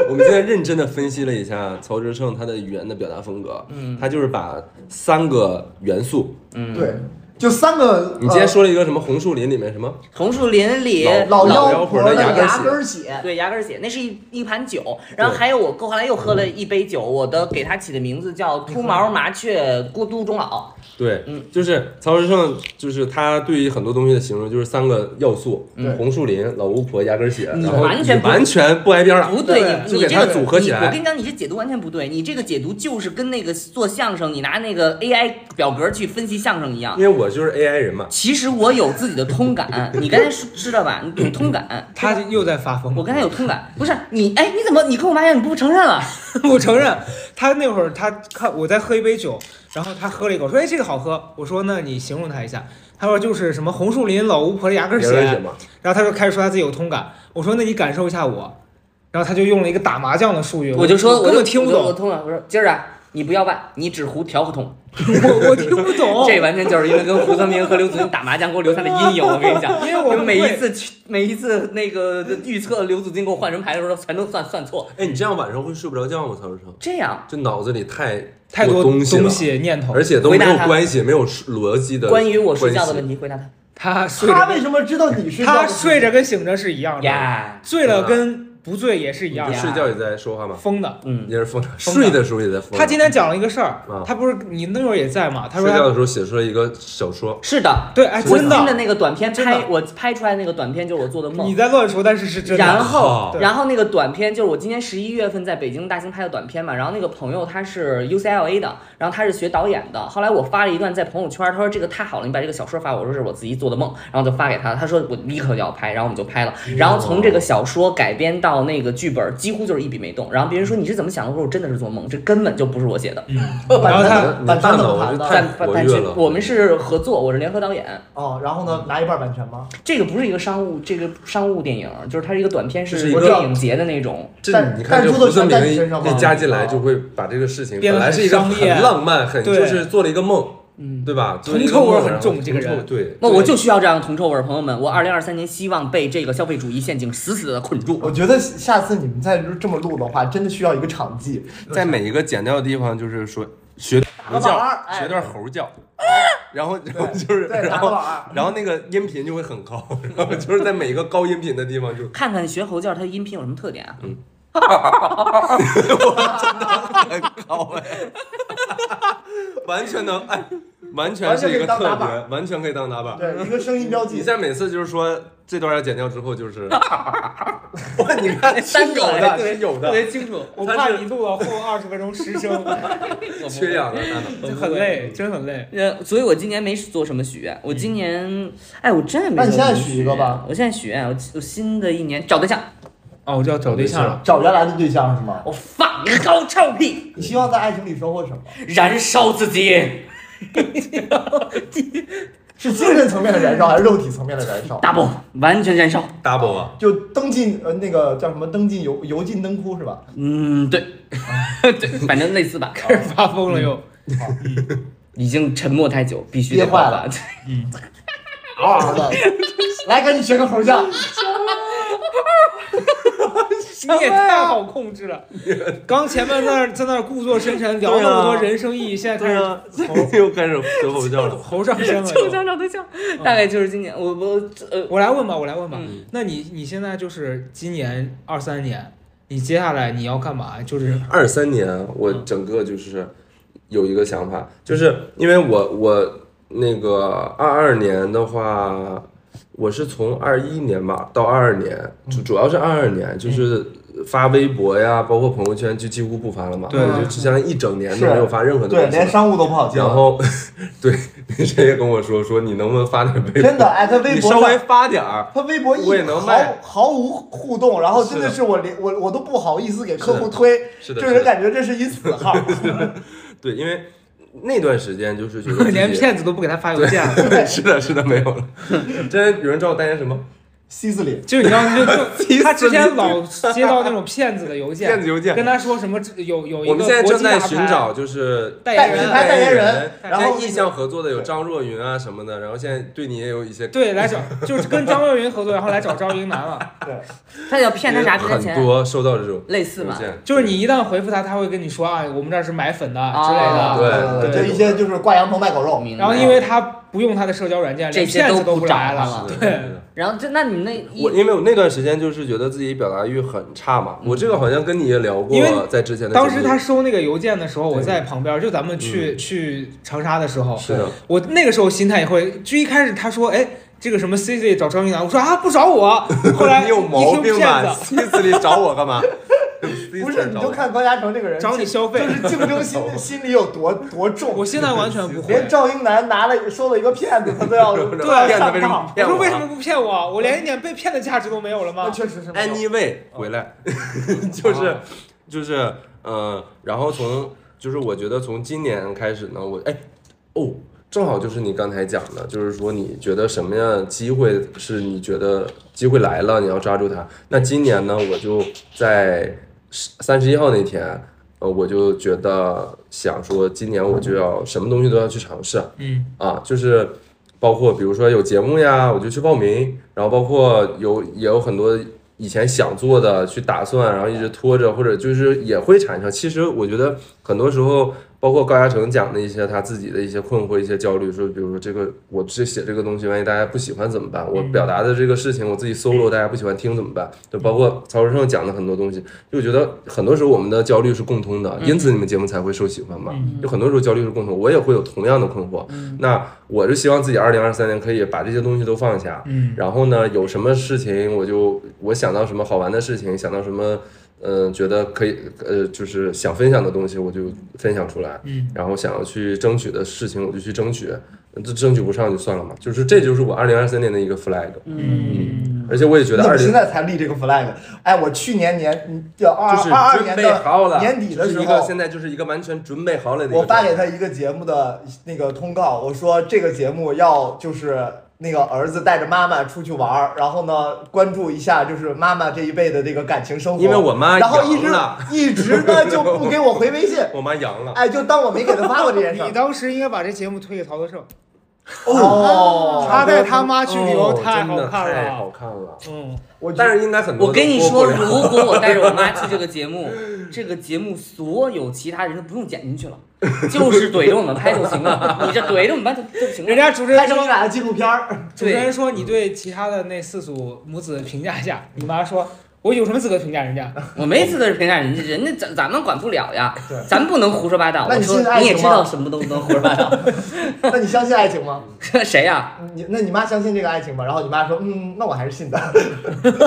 我们今天认真的分析了一下曹植胜他的语言的表达风格，嗯，他就是把三个元素，
对，就三个。呃
你今
呃
天说了一个什么红树林里面什么，
红树林里
老
呃老
老
妖
妖
婆
婆的牙根
牙
血
根血，
对，牙根血，那是一一盘酒，然后还有我后来又喝了
嗯
一杯酒，我的给它起的名字叫秃毛麻雀咕嘟中老，
对，
嗯
就是曹植胜，就是他对于很多东西的形容就是三个要素，
嗯
红树林、老巫婆、牙根血，
你
然后
完全不
完全不挨边儿
不
了，
对，你
啊就
你
给
这
它
个
组合
你
起
我跟
来
你。讲，你这解读完全不对，你这个解读就是跟那个做相声，你拿那个 AI 表格去分析相声一样
因。为我就是 AI 人嘛，
其实我有自己的通感，你刚才说知道吧？你有通感，
他又在发疯。
我刚才有通感，不是你，哎，你怎么你跟我妈讲你不承认了？
我承认，他那会儿他看我在喝一杯酒，然后他喝了一口，说：“哎，这个好喝。”我说：“那你形容它一下。”他说：“就是什么红树林老巫婆的牙根
牙
血。
根血”嘛，
然后他就开始说他自己有通感。我说：“那你感受一下我。”然后他就用了一个打麻将的术语，
我就说，
我
我
根
就
本听不
我就我
懂，
通感，我说今儿啊，你不要办，你只胡调和桶。
我我听不懂。
这完全就是因为跟胡泽明和刘祖云打麻将给我留下的阴影。我跟你讲，
因为我
每一
会
次去，每一次那个预测刘祖金给我换人牌的时候，全都算算错。
哎，你这样晚上会睡不着觉吗？曹植胜，
这样，
这脑子里太
太多
多
东
西了，
念头，
而且都没
回
有
答他
关系，没有逻辑的关
关
系。
于我睡觉的问题，回答他。
他睡
他
着
为什么知道你睡觉？
他睡着跟醒着是一样的，
呀，
醉了跟不醉也是一样
你
的，
睡觉也在说话吗？
疯的。
啊嗯，
也是疯的，
疯的
睡的时候也在疯。
他今天讲了一个事儿
啊，
他不是你那会儿也在嘛？他说
睡
他
觉的时候写出了一个小说，
是的，
对，哎，
我
真
新
的
的，那个短片
真的
拍，我拍出来那个短片就是我做的
你
梦。
在乱说，但是是真的。
然后
靠，
然后那个短片就是我今年十一月份在北京大兴拍的短片嘛。然后那个朋友他是 UCLA 的，然后他是学导演的。后来我发了一段在朋友圈，他说这个太好了，你把这个小说发我。我说是我自己做的梦，然后就发给他了。他说我立刻就要拍，然后我们就拍了。然后从这个小说改编到那个剧本，几乎就是一笔没动。然后别人说你是怎么想的？我说我真的是做梦，这根本就不是我写的。
然后
板
他
砖
你
板
大
砖怎
脑
么
我
盘
就
的？
太
但
活
但
跃
是
了。
我们是合作，我是联合导演。
哦，然后呢，拿一半版权吗？
这个不是一个商务，这个商务电影，就是它是一个短片，
这是一
是
个
电影节的那种。
这
但
你看
但
这
是
胡泽
全在你身上
明
嘛
一加进来，就会把这个事情
变
本
得
来
很
是一个
商
很
业
浪漫，很
对
就是做了一个梦，
嗯
对吧？做了一个
铜臭味
梦
很
然后
重这个
铜臭
人
对，
那我就需要这样的铜臭味儿，朋友们。我二零二三年希望被这个消费主义陷阱死
啊
死的捆住。
我觉得下次你们再这么录的话，真的需要一个场记。
在每一个剪掉的地方，就是说学猴
个
叫
板儿，哎
学段猴叫，然后然后就是
哎对，
然
打个
后
板儿。
然后那个音频就会很高，然后就是在每一个高音频的地方就
看看学猴叫它的音频有什么特点啊？
很高哎， 完全能哎，完全是一个特
完全可
别完全可
以当打板，
以当打板。
对，一个声音标
你
记。
在每次就是说这段要剪掉之后，就是哇，你看
三
是
个
有
哎
的，
对
是有
特
的，
别清楚。
我
他
怕
是
你录到后二十分钟失 声，
缺氧的，大脑
就很累，真很累。
呃，所以我今年没做什么许愿。我今年，哎，我真的没。
那你现在许一个吧。
我现在许愿，我我新的一年找对象，
哦，我就要找对象了。
找原来的对象是吗？
我放个高臭屁，
你希望在爱情里收获什么？
燃烧自己。
是精神层面的燃烧还是肉体层面的燃烧？
，double 完全燃烧。
double 啊，
就登进呃那个叫什么登进油油尽灯枯是吧？
嗯，对，
啊
对，反正类似吧。
开始 发疯了又。
已经沉默太久，必须
憋
得爆
坏
发
了。 啊的，来赶紧学个猴叫，
你也太好控制 了。刚前面那儿在那儿故作深沉聊那么多人生意义，现在开
对
始
啊， 又开始学吼叫了。
猴 上身
就
了。
想找对象，
嗯
大概就是今年我我呃
我来问吧，我来问吧。
嗯
那你你现在就是今年二三年，你接下来你要干嘛？就是
二三年，我整个就是有一个想法，就是因为我我那个二二年的话，我是从二一年吧到二二年，主主要是二二年，就是发微博呀，包括朋友圈就几乎不发了嘛，
对
我就只相当于一整年都
是
没有发任何东
对，
西
连。商务都不好接
然
了。
后，对，谁也跟我说说你能不能发点微博？
真的，哎，他微
你
博
稍微
上，
发点儿，
他微博
我
一
也能
毫
卖
毫无互动，然后真的
是的
是我连我我都不好意思给客户
是的
推，
是的，
就是是
的，
感觉这是一死号。
对，因为那段时间就是觉得自己
连骗子都不给他发邮件了。
对
是的，是的，没有了。真有人知道我代言什么？
西子里，
就是你知道，就 就他之前老接到那种骗子的邮件，
电子邮件
跟。他说什么有有一
我
个
们现在
国
正
际
在
大
寻
牌
找就是
代言
品
人，
牌代言人然后
现在意向合作的有张若昀啊什么的，然后现在对你也有一些
对，来找就是跟张若昀合作，然后来找赵英男了。
他要骗他啥骗他
很
钱，
多收到这 种
类似
邮
嘛。
件，
就是你一旦回复他，他会跟你说啊，我们这儿是买粉的
啊
之类
啊
的。
对
对
就一些就是挂羊头卖狗肉。
明白
然后因为他不用他的社交软件，
这
连
些
骗子
都不
不
找
来了
他了。
对
对，
对
然后就那你那一
我因为我那段时间就是觉得自己表达欲很差嘛，我这个好像跟你也聊
因为
过，在之前的
当时
节目
他收那个邮件的时候，我
对
在旁边，就咱们去去长沙的时候，
是的，
我那个时候心态也会，就一开始他说，哎，这个什么 C C 找张一楠，我说啊不找我，后来
你
一
有毛
听
病
骗
吧？
子
西子里找我 干嘛？
不是，你就看关嘉诚这个人，
找你消费
就，是竞争心心理有多多重。
我现在完全不会
连。赵英男拿了说了一个骗子，他都要对
骗
子为什么
我
骗
说
我
为什么不骗我？我连一点被骗的价值都没有了
那
吗？
确实是没有。
anyway 回来， 就是就是呃，然后从就是我觉得从今年开始呢，我哎哦，正好就是你刚才讲的，就是说你觉得什么样的机会是你觉得机会来了，你要抓住它。那今年呢，我就在三十一号那天。呃，我就觉得想说，今年我就要什么东西都要去尝试，
嗯
啊，就是包括比如说有节目呀，我就去报名，然后包括有也有很多以前想做的去打算，然后一直拖着，或者就是也会产生。其实我觉得很多时候，包括高嘉诚讲的一些他自己的一些困惑、一些焦虑，说比如说这个我这写这个东西，万一大家不喜欢怎么办？我表达的这个事情我自己 solo，大家不喜欢听怎么办？就包括曹志胜讲的很多东西，就觉得很多时候我们的焦虑是共通
嗯
的，因此你们节目才会受喜欢嘛。有很多时候焦虑是共通，我也会有同样的困惑。
嗯
那我就希望自己二零二三年可以把这些东西都放下，
嗯，
然后呢，有什么事情我就我想到什么好玩的事情，想到什么，嗯、觉得可以，呃，就是想分享的东西，我就分享出来。
嗯，
然后想要去争取的事情，我就去争取，这争取不上就算了嘛。就是这就是我二零二三年的一个 flag。嗯，而且我也觉
你
得
怎
二
么现
零
在才立这个 flag？哎，我去年年就二
就是
二二
准
年
备好
的
了，
年底的时
就是一个
候
现，在就是一个完全准备好了的一个
我发给
状态
他一个节目的那个通告，我说这个节目要就是那个儿子带着妈妈出去玩儿，然后呢关注一下就是妈妈这一辈的这个感情生活。
因为我妈
然后一直
阳了
一直呢 就不给我回微信，
我妈阳了，
哎，就当我没给他发过这件事儿
你。当时应该把这节目推给曹德胜，
哦
他带他，妈去旅游
哦
太
真的
好看
太
了
好。看了。
嗯，
我
但是应该很多
我跟你
都播
说，
不了
如果我带着我妈去这个节目，这个节目所有其他人都不用剪进去了，就是怼着我们拍就行了。你这怼着我们拍就就行了。
人家主持
拍
人
成你
说，
俩的纪录片 儿，
主持人说你对其他的那四组母子评价一下。你妈说，我有什么资格评价人家？
我没资格评价人家，人家咱咱们管不了呀，咱不能胡说八道。
那
我
你
说
信爱
你也
情
知
吗
道什么都不能胡说八道。
那你相信爱情吗？
谁呀、
你那你妈相信这个爱情吗？然后你妈说，嗯，那我还是信的。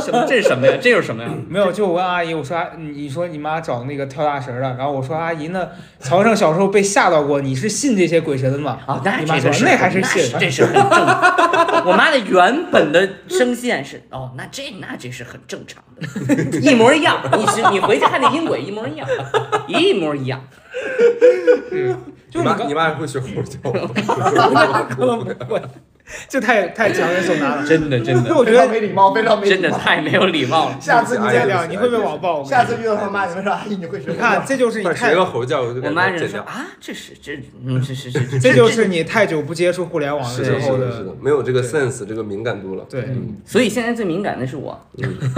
什么这是什么呀？这又是什么呀？
没有，就我问阿姨，我说啊你你说你妈找那个跳大神儿的，然后我说阿姨，那曹胜小时候被吓到过，你是信这些鬼神的吗？
啊、那
你妈
这
说
个
那还是信
这是很正常。我妈的原本的声线是哦，那这那这是很正常的，一模一样。你是你回去看那音轨一模一样，一模一样。
就是你
你妈，
刚
你妈会学猴叫吗？
我妈根本不会。这太太强人所难了。
真的真
就
的
我觉
非常
得
没礼貌，非常 没
真
礼
的
貌。
太没有礼貌了。
下次你
再
再聊，
聊，你会被网暴。我跟你说
下次遇到他骂你们说阿姨，你会学
你看，这就是你
快学
太
个猴叫，我就
我
给
妈
它
人
剪
说
掉。
啊，这是这嗯这是这是
这就是你太久不接触互联网
是
的时
的，是
候
的，是的，没有这个 sense，这个敏感度了。
对
嗯，
所以现在最敏感的是我，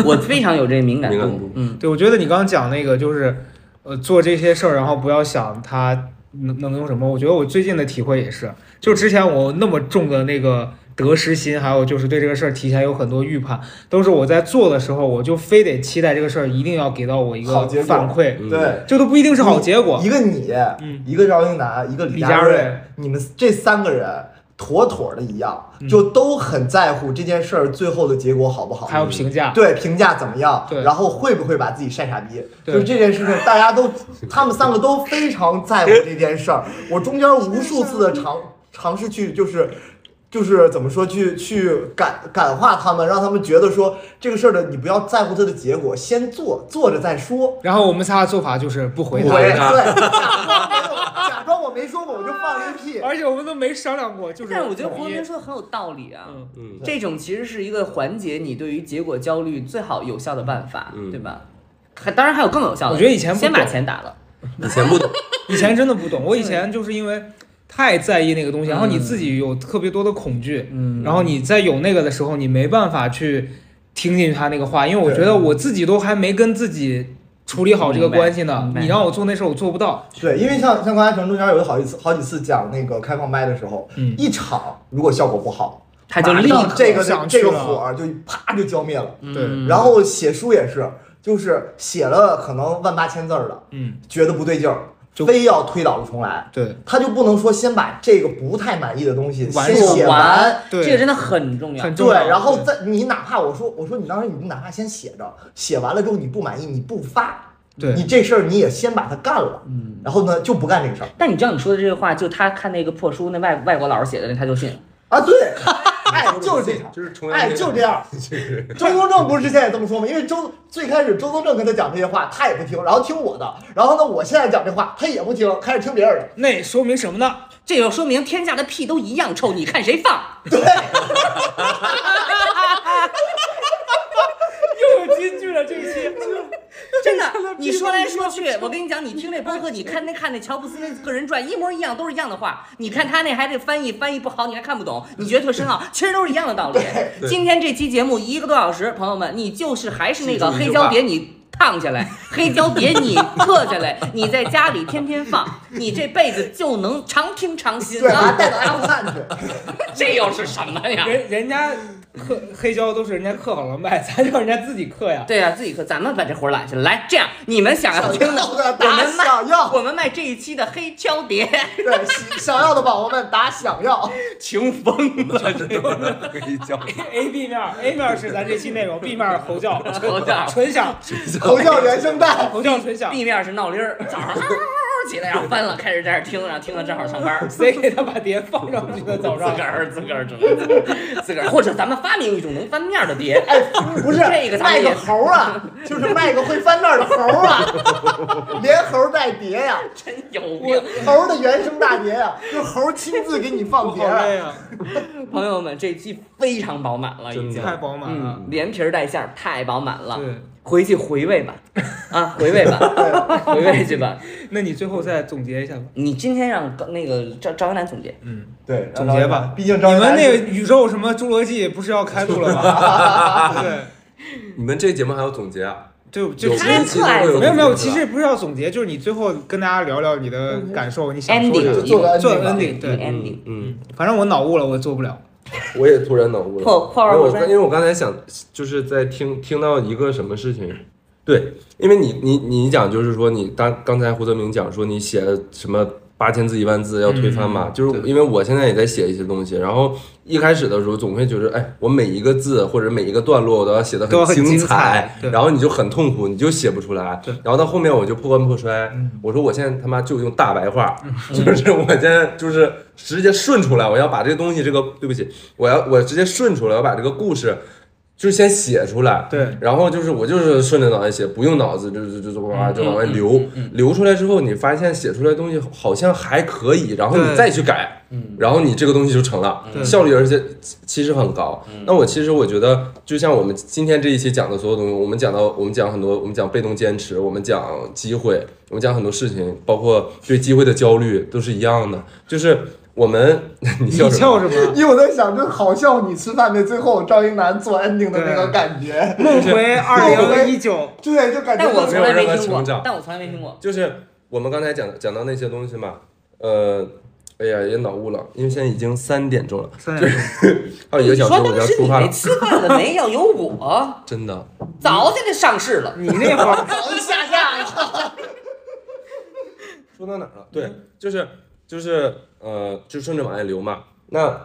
我非常有这敏感
敏感
度
度。
嗯，
对，我觉得你刚刚讲那个就是，呃，做这些事儿，然后不要想它能能用什么。我觉得我最近的体会也是，就之前我那么重的那个得失心，还有就是对这个事儿提前有很多预判，都是我在做的时候，我就非得期待这个事儿一定要给到我一
好
个
结果
反馈，
嗯
对，
这都不一定是好结果
一。个你，
嗯
一个赵英男，一个李
李
佳
佳
瑞
瑞，
你们这三个人妥妥的一样，
嗯
就都很在乎这件事儿最后的结果好不好，
还有评价，
嗯对评价怎么样，
对
然后会不会把自己晒傻逼，
对
就是这件事情，大家都，他们三个都非常在乎这件事儿。我中间无数次的尝尝试去，就是就是怎么说，去去感感化他们，让他们觉得说这个事儿的你不要在乎它的结果，先做，做着再说。
然后我们仨的做法就是不回
对，
他，
对，假装我没说过，我就放了一 屁。
而且我们都没商量过，就是
但是我觉得黄
统一
明说的很有道理啊。
嗯
嗯，
这种其实是一个缓解你对于结果焦虑最好有效的办法，
嗯
对吧？还当然还有更有效的，
我觉得以前不
先把
懂
钱打了，
以前不懂，
以前真的不懂，我以前就是因为太在意那个东西，然后
嗯
你自己有特别多的恐惧，
嗯
然后你在有那个的时候，你没办法去听进去他那个话，因为我
对
觉得我自己都还没跟自己处理好这个
明白
关系呢
明，白
你让我做那事儿我做不到，
对，因为像像刚才程中间有好几次好几次讲那个开放麦的时候，
嗯
一场如果效果不好，
他就
马
立
上
刻
这个
想
这
去
个
了
火儿就啪就浇灭了。
对
嗯
然后写书也是，就是写了可能万八千字儿的，
嗯，
觉得不对劲儿，
就
非要推倒重来，
对
他就不能说先把这个不太满意的东西
完
先
成
写完。
对
这个真的很重要，
很
对
重要，，
然后再你哪怕我说我说你当时你哪怕先写着，写完了之后你不满意你不发，
对
你这事儿你也先把它干了，嗯，然后呢就不干这个事儿
但你知道你说的这个话，就他看那个破书，那外外国老师写的，那他就信了。
啊，对，哎 就是这场，
就是重阳
哎 就这样，周宗正不是之前也这么说吗？因为周最开始周宗正跟他讲这些话，他也不听，然后听我的，然后呢，我现在讲这话，他也不听，开始听别人的。
那说明什么呢？
这就说明天下的屁都一样臭，你看谁放？
对，
又有金句了这一期，
真的，你说来说去，我跟你讲，你听这播客，你看那看那乔布斯那个人传一模一样，都是一样的话。你看他那还得翻译，翻译不好你还看不懂，你觉得特深奥，其实都是一样的道理。今天这期节目一个多小时，朋友们，你就是还是那
记
个
住一
黑
句
胶
话
碟，你烫下来，黑胶碟你刻下来，你在家里天天放，你这辈子就能常听常新
对，把他
啊！
带到阿富汗去。
这又是什么 呀？
人人家刻黑胶都是人家刻好了卖，咱让人家自己刻呀。
对呀、啊自己刻，咱们把这活儿揽下来。来，这样你们想要
想
听的，
要的
我
打
们卖
想要，
我们卖这一期的黑胶 碟，
对，想想要的宝宝们打想 要。
穷疯了，
可以叫
A B 面，A 面是咱这期内容，B 面是猴 叫，
猴叫
纯享，
猴叫原声 带，
猴叫纯享。
地面是闹铃儿， 早上嗷嗷嗷起来，然后翻了，开始在这儿听，然后听了正好上班儿。
谁给他把碟放上去的？早
自
上
个儿自个儿整，自个儿，或者咱们发明一种能翻面的 碟，
哎，不是
这个咱
卖
们也
个猴啊，就是卖个会翻面的猴啊，连猴带碟呀、
真有病。
猴的原声大碟呀、就猴亲自给你放碟、啊。
啊，
朋友们，这期非常饱满了，已
真
经
的。
太饱满了。
嗯，连皮儿带馅儿，太饱满了。
对，
回去回味 吧，啊，回味 吧，回味去吧。
那你最后再总结一下吧。
你今天让高那个赵赵云楠总结，
嗯，
对，
总结吧
毕竟
你
张一
们
楠
那个
是
宇宙什么侏罗纪不是要开录了吗？对，
你们这节目还有总结啊？
就就
有
其
他
实
一期都会
有
没有没有，
总结
其实不是要总结，就是你最后跟大家聊聊你的感受，你想说
Ending
的
就做个
做
ending 吧
ending
你
对。
ending。
嗯，
反正我脑悟了，我也做不了。
我也突然脑悟了。
破破罐破
没有我
摔
刚因为我刚才想，就是在听听到一个什么事情，对，因为你你你讲就是说你当刚才胡泽明讲说你写什么八千字一万字要推翻
嗯
嘛，就是因为我现在也在写一些东西，然后一开始的时候总会觉得，哎，我每一个字或者每一个段落我都要写的
都要很
精
精彩对
然后你就很痛苦，你就写不出来
对，嗯
然后到后面我就破罐破摔，我说我现在他妈就用大白话，就是我现在就是直接顺出来，我要把这个东西这个对不起，我要我直接顺出来，我把这个故事就是先写出来，
对，
然后就是我就是顺着脑袋写，不用脑子就就就就哇就往外流，流出来之后，你发现写出来的东西好像还可以，然后你
对
再去改，然后你这个东西就成了，
对
效率而且其实很高。那我其实我觉得，就像我们今天这一期讲的所有东西，我们讲到我们讲很多，我们讲被动坚持，我们讲机会，我们讲很多事情，包括对机会的焦虑都是一样的，就是我们 你
你
笑什
笑
么？
什么？
因为我在想，就好像你吃饭的最后赵英男做 ending 的那个感觉，
梦回二零一九，
对，就感觉
但我从来
没有任何
听过
成长，
但我从来没听过。
就是我们刚才讲讲到那些东西嘛，呃，哎呀也脑雾了，因为现在已经三点钟了，
三点钟
还有一个
你
小
说
时我就
当
要
时
出
你
发
没
了，
吃饭了没有？有我
真的。
早就给上市 了，
你那会儿
早就下架了。
说到哪儿了？对，就是就是呃，就顺着往外流嘛。那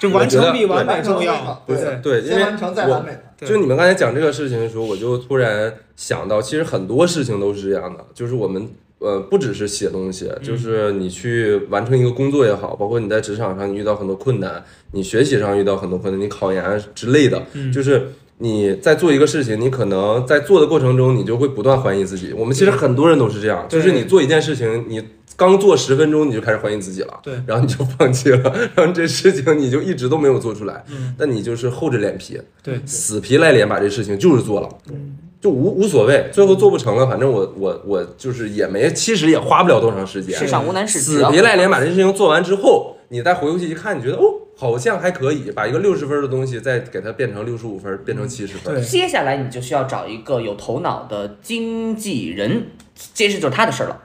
就完成比
我觉得
完美重要。
对
对
对，因
先
为
完成再完美
我。就你们刚才讲这个事情的时候，我就突然想到，其实很多事情都是这样的，就是我们。呃，不只是写东西，就是你去完成一个工作也好，包括你在职场上你遇到很多困难，你学习上遇到很多困难，你考研之类的，就是你在做一个事情，你可能在做的过程中，你就会不断怀疑自己。我们其实很多人都是这样，
对
就是你做一件事情，你刚做十分钟你就开始怀疑自己了，
对
然后你就放弃了，然后这事情你就一直都没有做出来，但你就是厚着脸皮，
对，
死皮赖脸把这事情就是做了，就无无所谓，最后做不成了，反正我我我就是也没，其实也花不了多长时间，
世上无难事，只
死
要
皮赖脸把这事情做完之后，你再回过去一看，你觉得哦，好像还可以，把一个六十分的东西再给它变成六十五分，变成七十分，
对
接下来你就需要找一个有头脑的经纪人，这事就是他的事儿 了，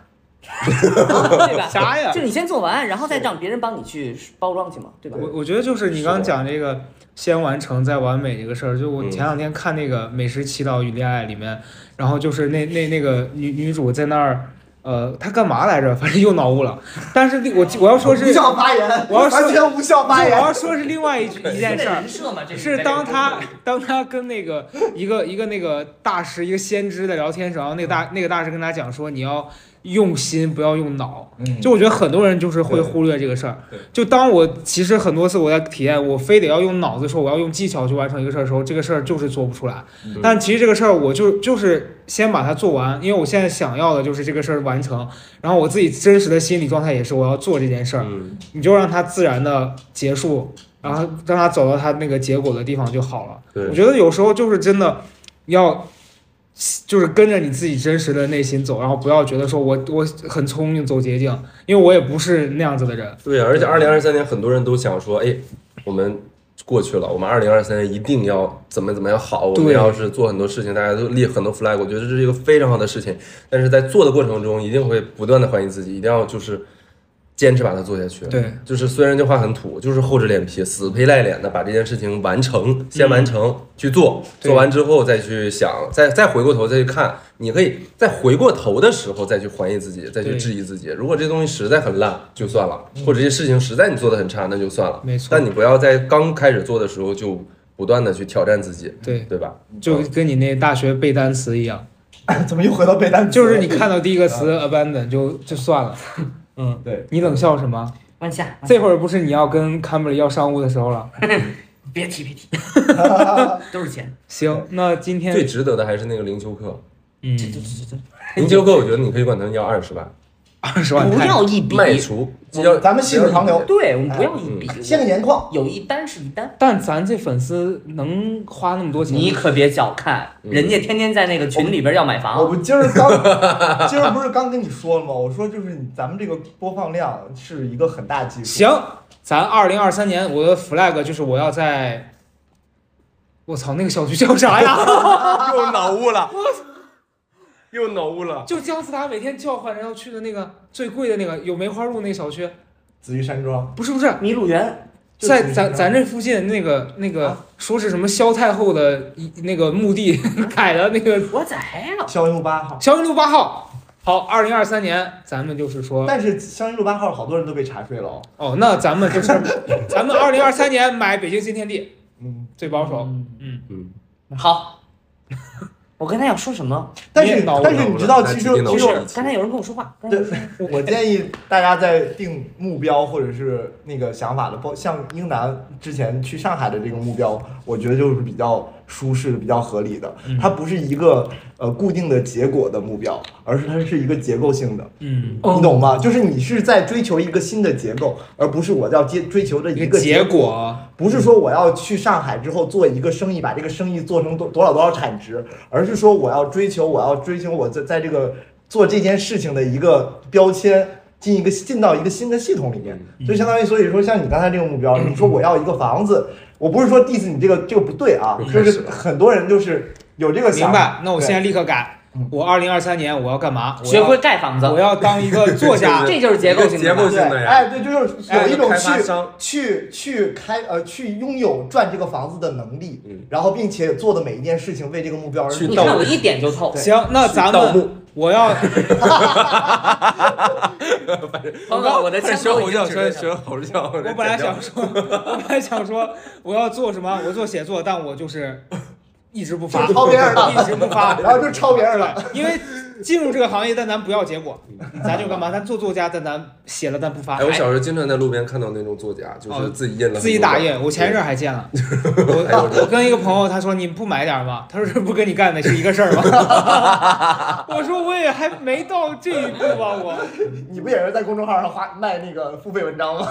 对吧？
啥呀
就是你先做完，然后再让别人帮你去包装去嘛，对吧？
我我觉得就是你刚刚讲这个先完成再完美这个事儿，就我
嗯
前两天看那个《美食祈祷与恋爱》里面，然后就是那那那个女女主在那儿，呃，她干嘛来着？ 反正又脑雾了。但是我我要说是
无，效发言，
我要说
完全无效发
我
言。
要说是另外一句一件事儿。
设嘛，
是当他当他跟那个一个一个那个大师一个先知在聊天时，然后那个大那个大师跟他讲说你要用心不要用脑，就我觉得很多人就是会忽略这个事儿
嗯对。
就当我其实很多次我在体验，我非得要用脑子说我要用技巧去完成一个事儿的时候，这个事儿就是做不出来
嗯。
但其实这个事儿我就就是先把它做完，因为我现在想要的就是这个事儿完成，然后我自己真实的心理状态也是我要做这件事儿。
嗯，
你就让它自然的结束，然后让它走到它那个结果的地方就好了。
对
我觉得有时候就是真的要，就是跟着你自己真实的内心走，然后不要觉得说我我很聪明走捷径，因为我也不是那样子的人。
对，啊而且二零二三年很多人都想说，哎，我们。过去了，我们二零二三年一定要怎么怎么样好。我们
对
要是做很多事情，大家都立很多 flag，我觉得这是一个非常好的事情。但是在做的过程中，一定会不断的怀疑自己，一定要就是坚持把它做下去。
对，
就是虽然这话很土，就是厚着脸皮、死皮赖脸的把这件事情完成，先完成、去
嗯
做，
对
做完之后再去想，再再回过头再去看，你可以在回过头的时候再去怀疑自己，再去
对
质疑自己。如果这东西实在很烂，就算了；或者这事情实在你做的很差，那就算了。
没错
但你不要在刚开始做的时候就不断的去挑战自己，
对
对吧？
就跟你那大学背单词一样，
怎么又回到背单词？
就是你看到第一个词 abandon 就就算了。嗯，
对。
你冷笑什么？
往下，
这会儿不是你要跟 Camry 要商务的时候了？
别提 别提，都是钱，
行，那今
最
天
值得的还是那个灵鹫课，
嗯
这这这这
哎
灵鹫课我觉得你可以管他们要二十万，
二十万
不
太
要一笔，
卖出，要
咱们细水长流，
对，我们
哎
不要一
嗯
笔，
先个年框。
有一单是一单。
但咱这粉丝能花那么多钱吗？
你可别小看人家，天天在那个群里边要买
我
房，
不今儿刚， 今儿不是刚跟你说了吗？我说就是你咱们这个播放量是一个很大基数。
行，咱二零二三年我的 flag 就是我要在，我操，那个小区叫啥呀？
又脑雾 了，又脑雾了。
就姜思达每天叫唤着要去的那个最贵的那个有梅花鹿那个小区，
紫玉山庄，
不是不是，
麋鹿园
就
在
紫玉
咱
山
咱
庄
这附近那个那个、说是什么萧太后的一那个墓地 改的那个
我宰了，
骁龙八号，
小云路八号。好，二零二三年咱们就是说，
但是骁龙八号好多人都被查税了哦。
哦，那咱们就是 咱们二零二三年买北京新天地
嗯，
最保守，
嗯
嗯，
嗯，
好， 我刚才要说什么？
但是
你脑
但是你知道，
那
其实
今天脑
其
其
实
实
是
我
我
刚才有人跟我说话，刚才
对
有人说话
我建议大家在定目标或者是那个想法的，包像英男之前去上海的这个目标，我觉得就是比较舒适的、比较合理的。
嗯
它不是一个呃固定的结果的目标，而是它是一个结构性的。
嗯，
哦
你懂吗？就是你是在追求一个新的结构，而不是我要接追求的
一
一
个
个
结
结
果。
不是说我要去上海之后做一个生意，把这个生意做成多多少多少产值，而是说我要追求，我要追求我在在这个做这件事情的一个标签，进一个进到一个新的系统里面，就相当于所以说像你刚才这个目标，你说我要一个房子，我不是说 diss 你这个这个不对啊，
又
就
开始。
是很多人就是有这个想
明
法，
白，那我现在立刻改
嗯。
我二零二三年我要干嘛？我要
学会盖房子
我，要当一个作家
这就是结构性
结
的
构
吧。
对，
性的呀
哎，对，就是有一种
哎开
去、
发商
去去开呃去拥有赚这个房子的能力，
嗯
然后并且做的每一件事情为这个目标而
你
去
努力
盗
看
墓
我一点就 透，
行，那咱
盗墓
们我 要
朋友，哦我的枪
学
口
吼
已经
叫，
指着
学
你
学吼叫。我
我本来想说， 我本来想说我要做什么，我做写作，但我就是一直不发，
就抄别人 的
一直不发，
然后就抄别人了。
对，因为进入这个行业，但咱不要结果，咱就干嘛？咱做作家，但咱写了但不发
哎，，我小时候经常在路边看到那种作家，就是自己印了
哦自己打印。我前一阵儿还见了，
哎
我我 跟一个朋友他说你不买点儿吗？他说这不跟你干的是一个事儿吗？ 我说我也还没到这一步吧，我
你不也是在公众号上花卖那个付费文章吗？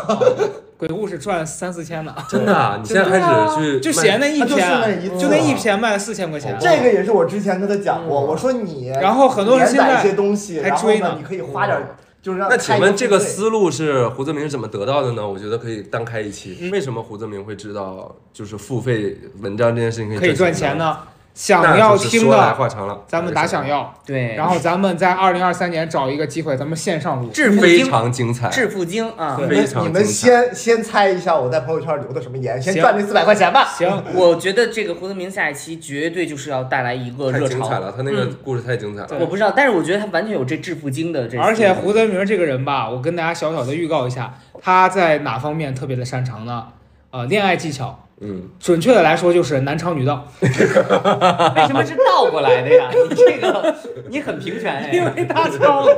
鬼故事赚三四千呢，
真的啊，你现在开始去
就写那一
那就是那
篇
一，次
就那一篇卖了四千块钱
哦。
这个也是我之前跟他讲过，我说你
然后很多人
连
现在
载一些东西，
还
然后
追
呢
呢
你可以花点，就是让
那请
开一
问这个
付费
思路是胡泽明是怎么得到的呢？我觉得可以单开一
嗯
期。为什么胡泽明会知道就是付费文章这件事情可以
可以赚钱？呢？想
那
要
就是
听
说来
的，
话长了，
咱们打想要，
对，
然后咱们在二零二三年找一个机会，咱们线上录。
致富
非
经，
常精彩，
致富经啊！
对
你
非
们
常
你们
精彩。
先先猜一下我在朋友圈留的什么言，先
行
赚这四百块钱吧。
行，
我觉得这个胡德明下一期绝对就是要带来一个
太
热
精彩
潮，
了，他那个故事太精彩了。
嗯对
我不知道，但是我觉得他完全有这致富经的这，
而且胡泽明这个人吧，我跟大家小小的预告一下，他在哪方面特别的擅长呢？呃，恋爱技巧，
嗯，
准确的来说就是男娼女 盗，
为什么是倒过来的 呀？你这个你很平权哎，
因为他娼。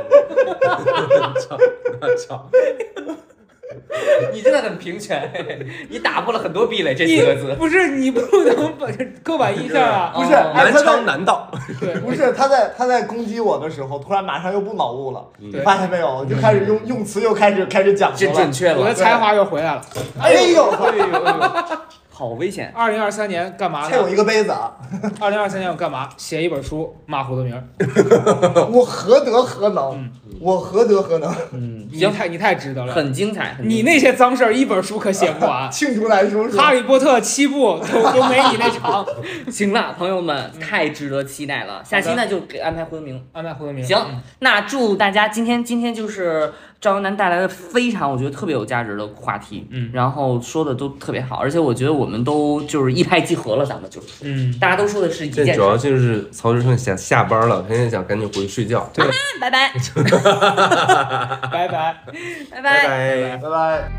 操，
你真的很平权，哎你打破了很多壁垒 这
你
四个字。
不是你不能把这刻板印象啊！
不是，
哦
哎
南
他在
昌南道，
对，
不是他在他在攻击我的时候，突然马上又不脑悟了，你
对
发现没有？就开始用用词又开始开始讲究
这
了。
准确
我的
了，
才华又回来了。
哎 呦，
哎
好危险！
二零二三年干嘛
欠我
呢？
一个杯子啊！
二零二三年我干嘛？写一本书骂胡德明。
我何德何
嗯
能？我何德何能？。
嗯，
你
行，
太你太值得了，
很精彩。很精彩
你那些脏事儿一本书可写不完
罄竹难书是
哈
吧？
利波特七部都都没你那长。
行了，朋友们，
嗯
太值得期待了。下期呢就给安排胡德明。
安排胡德明。
行
嗯
那祝大家今天今天就是赵云南带来的非常我觉得特别有价值的话题，
嗯
然后说的都特别好，而且我觉得我们都就是一拍即合了，咱们就是
嗯，
大家都说的是一
这
件事
主。要就是曹志胜想下班了，他也想赶紧回去睡觉。
对，
拜拜，
拜拜。
拜拜
拜。
拜拜。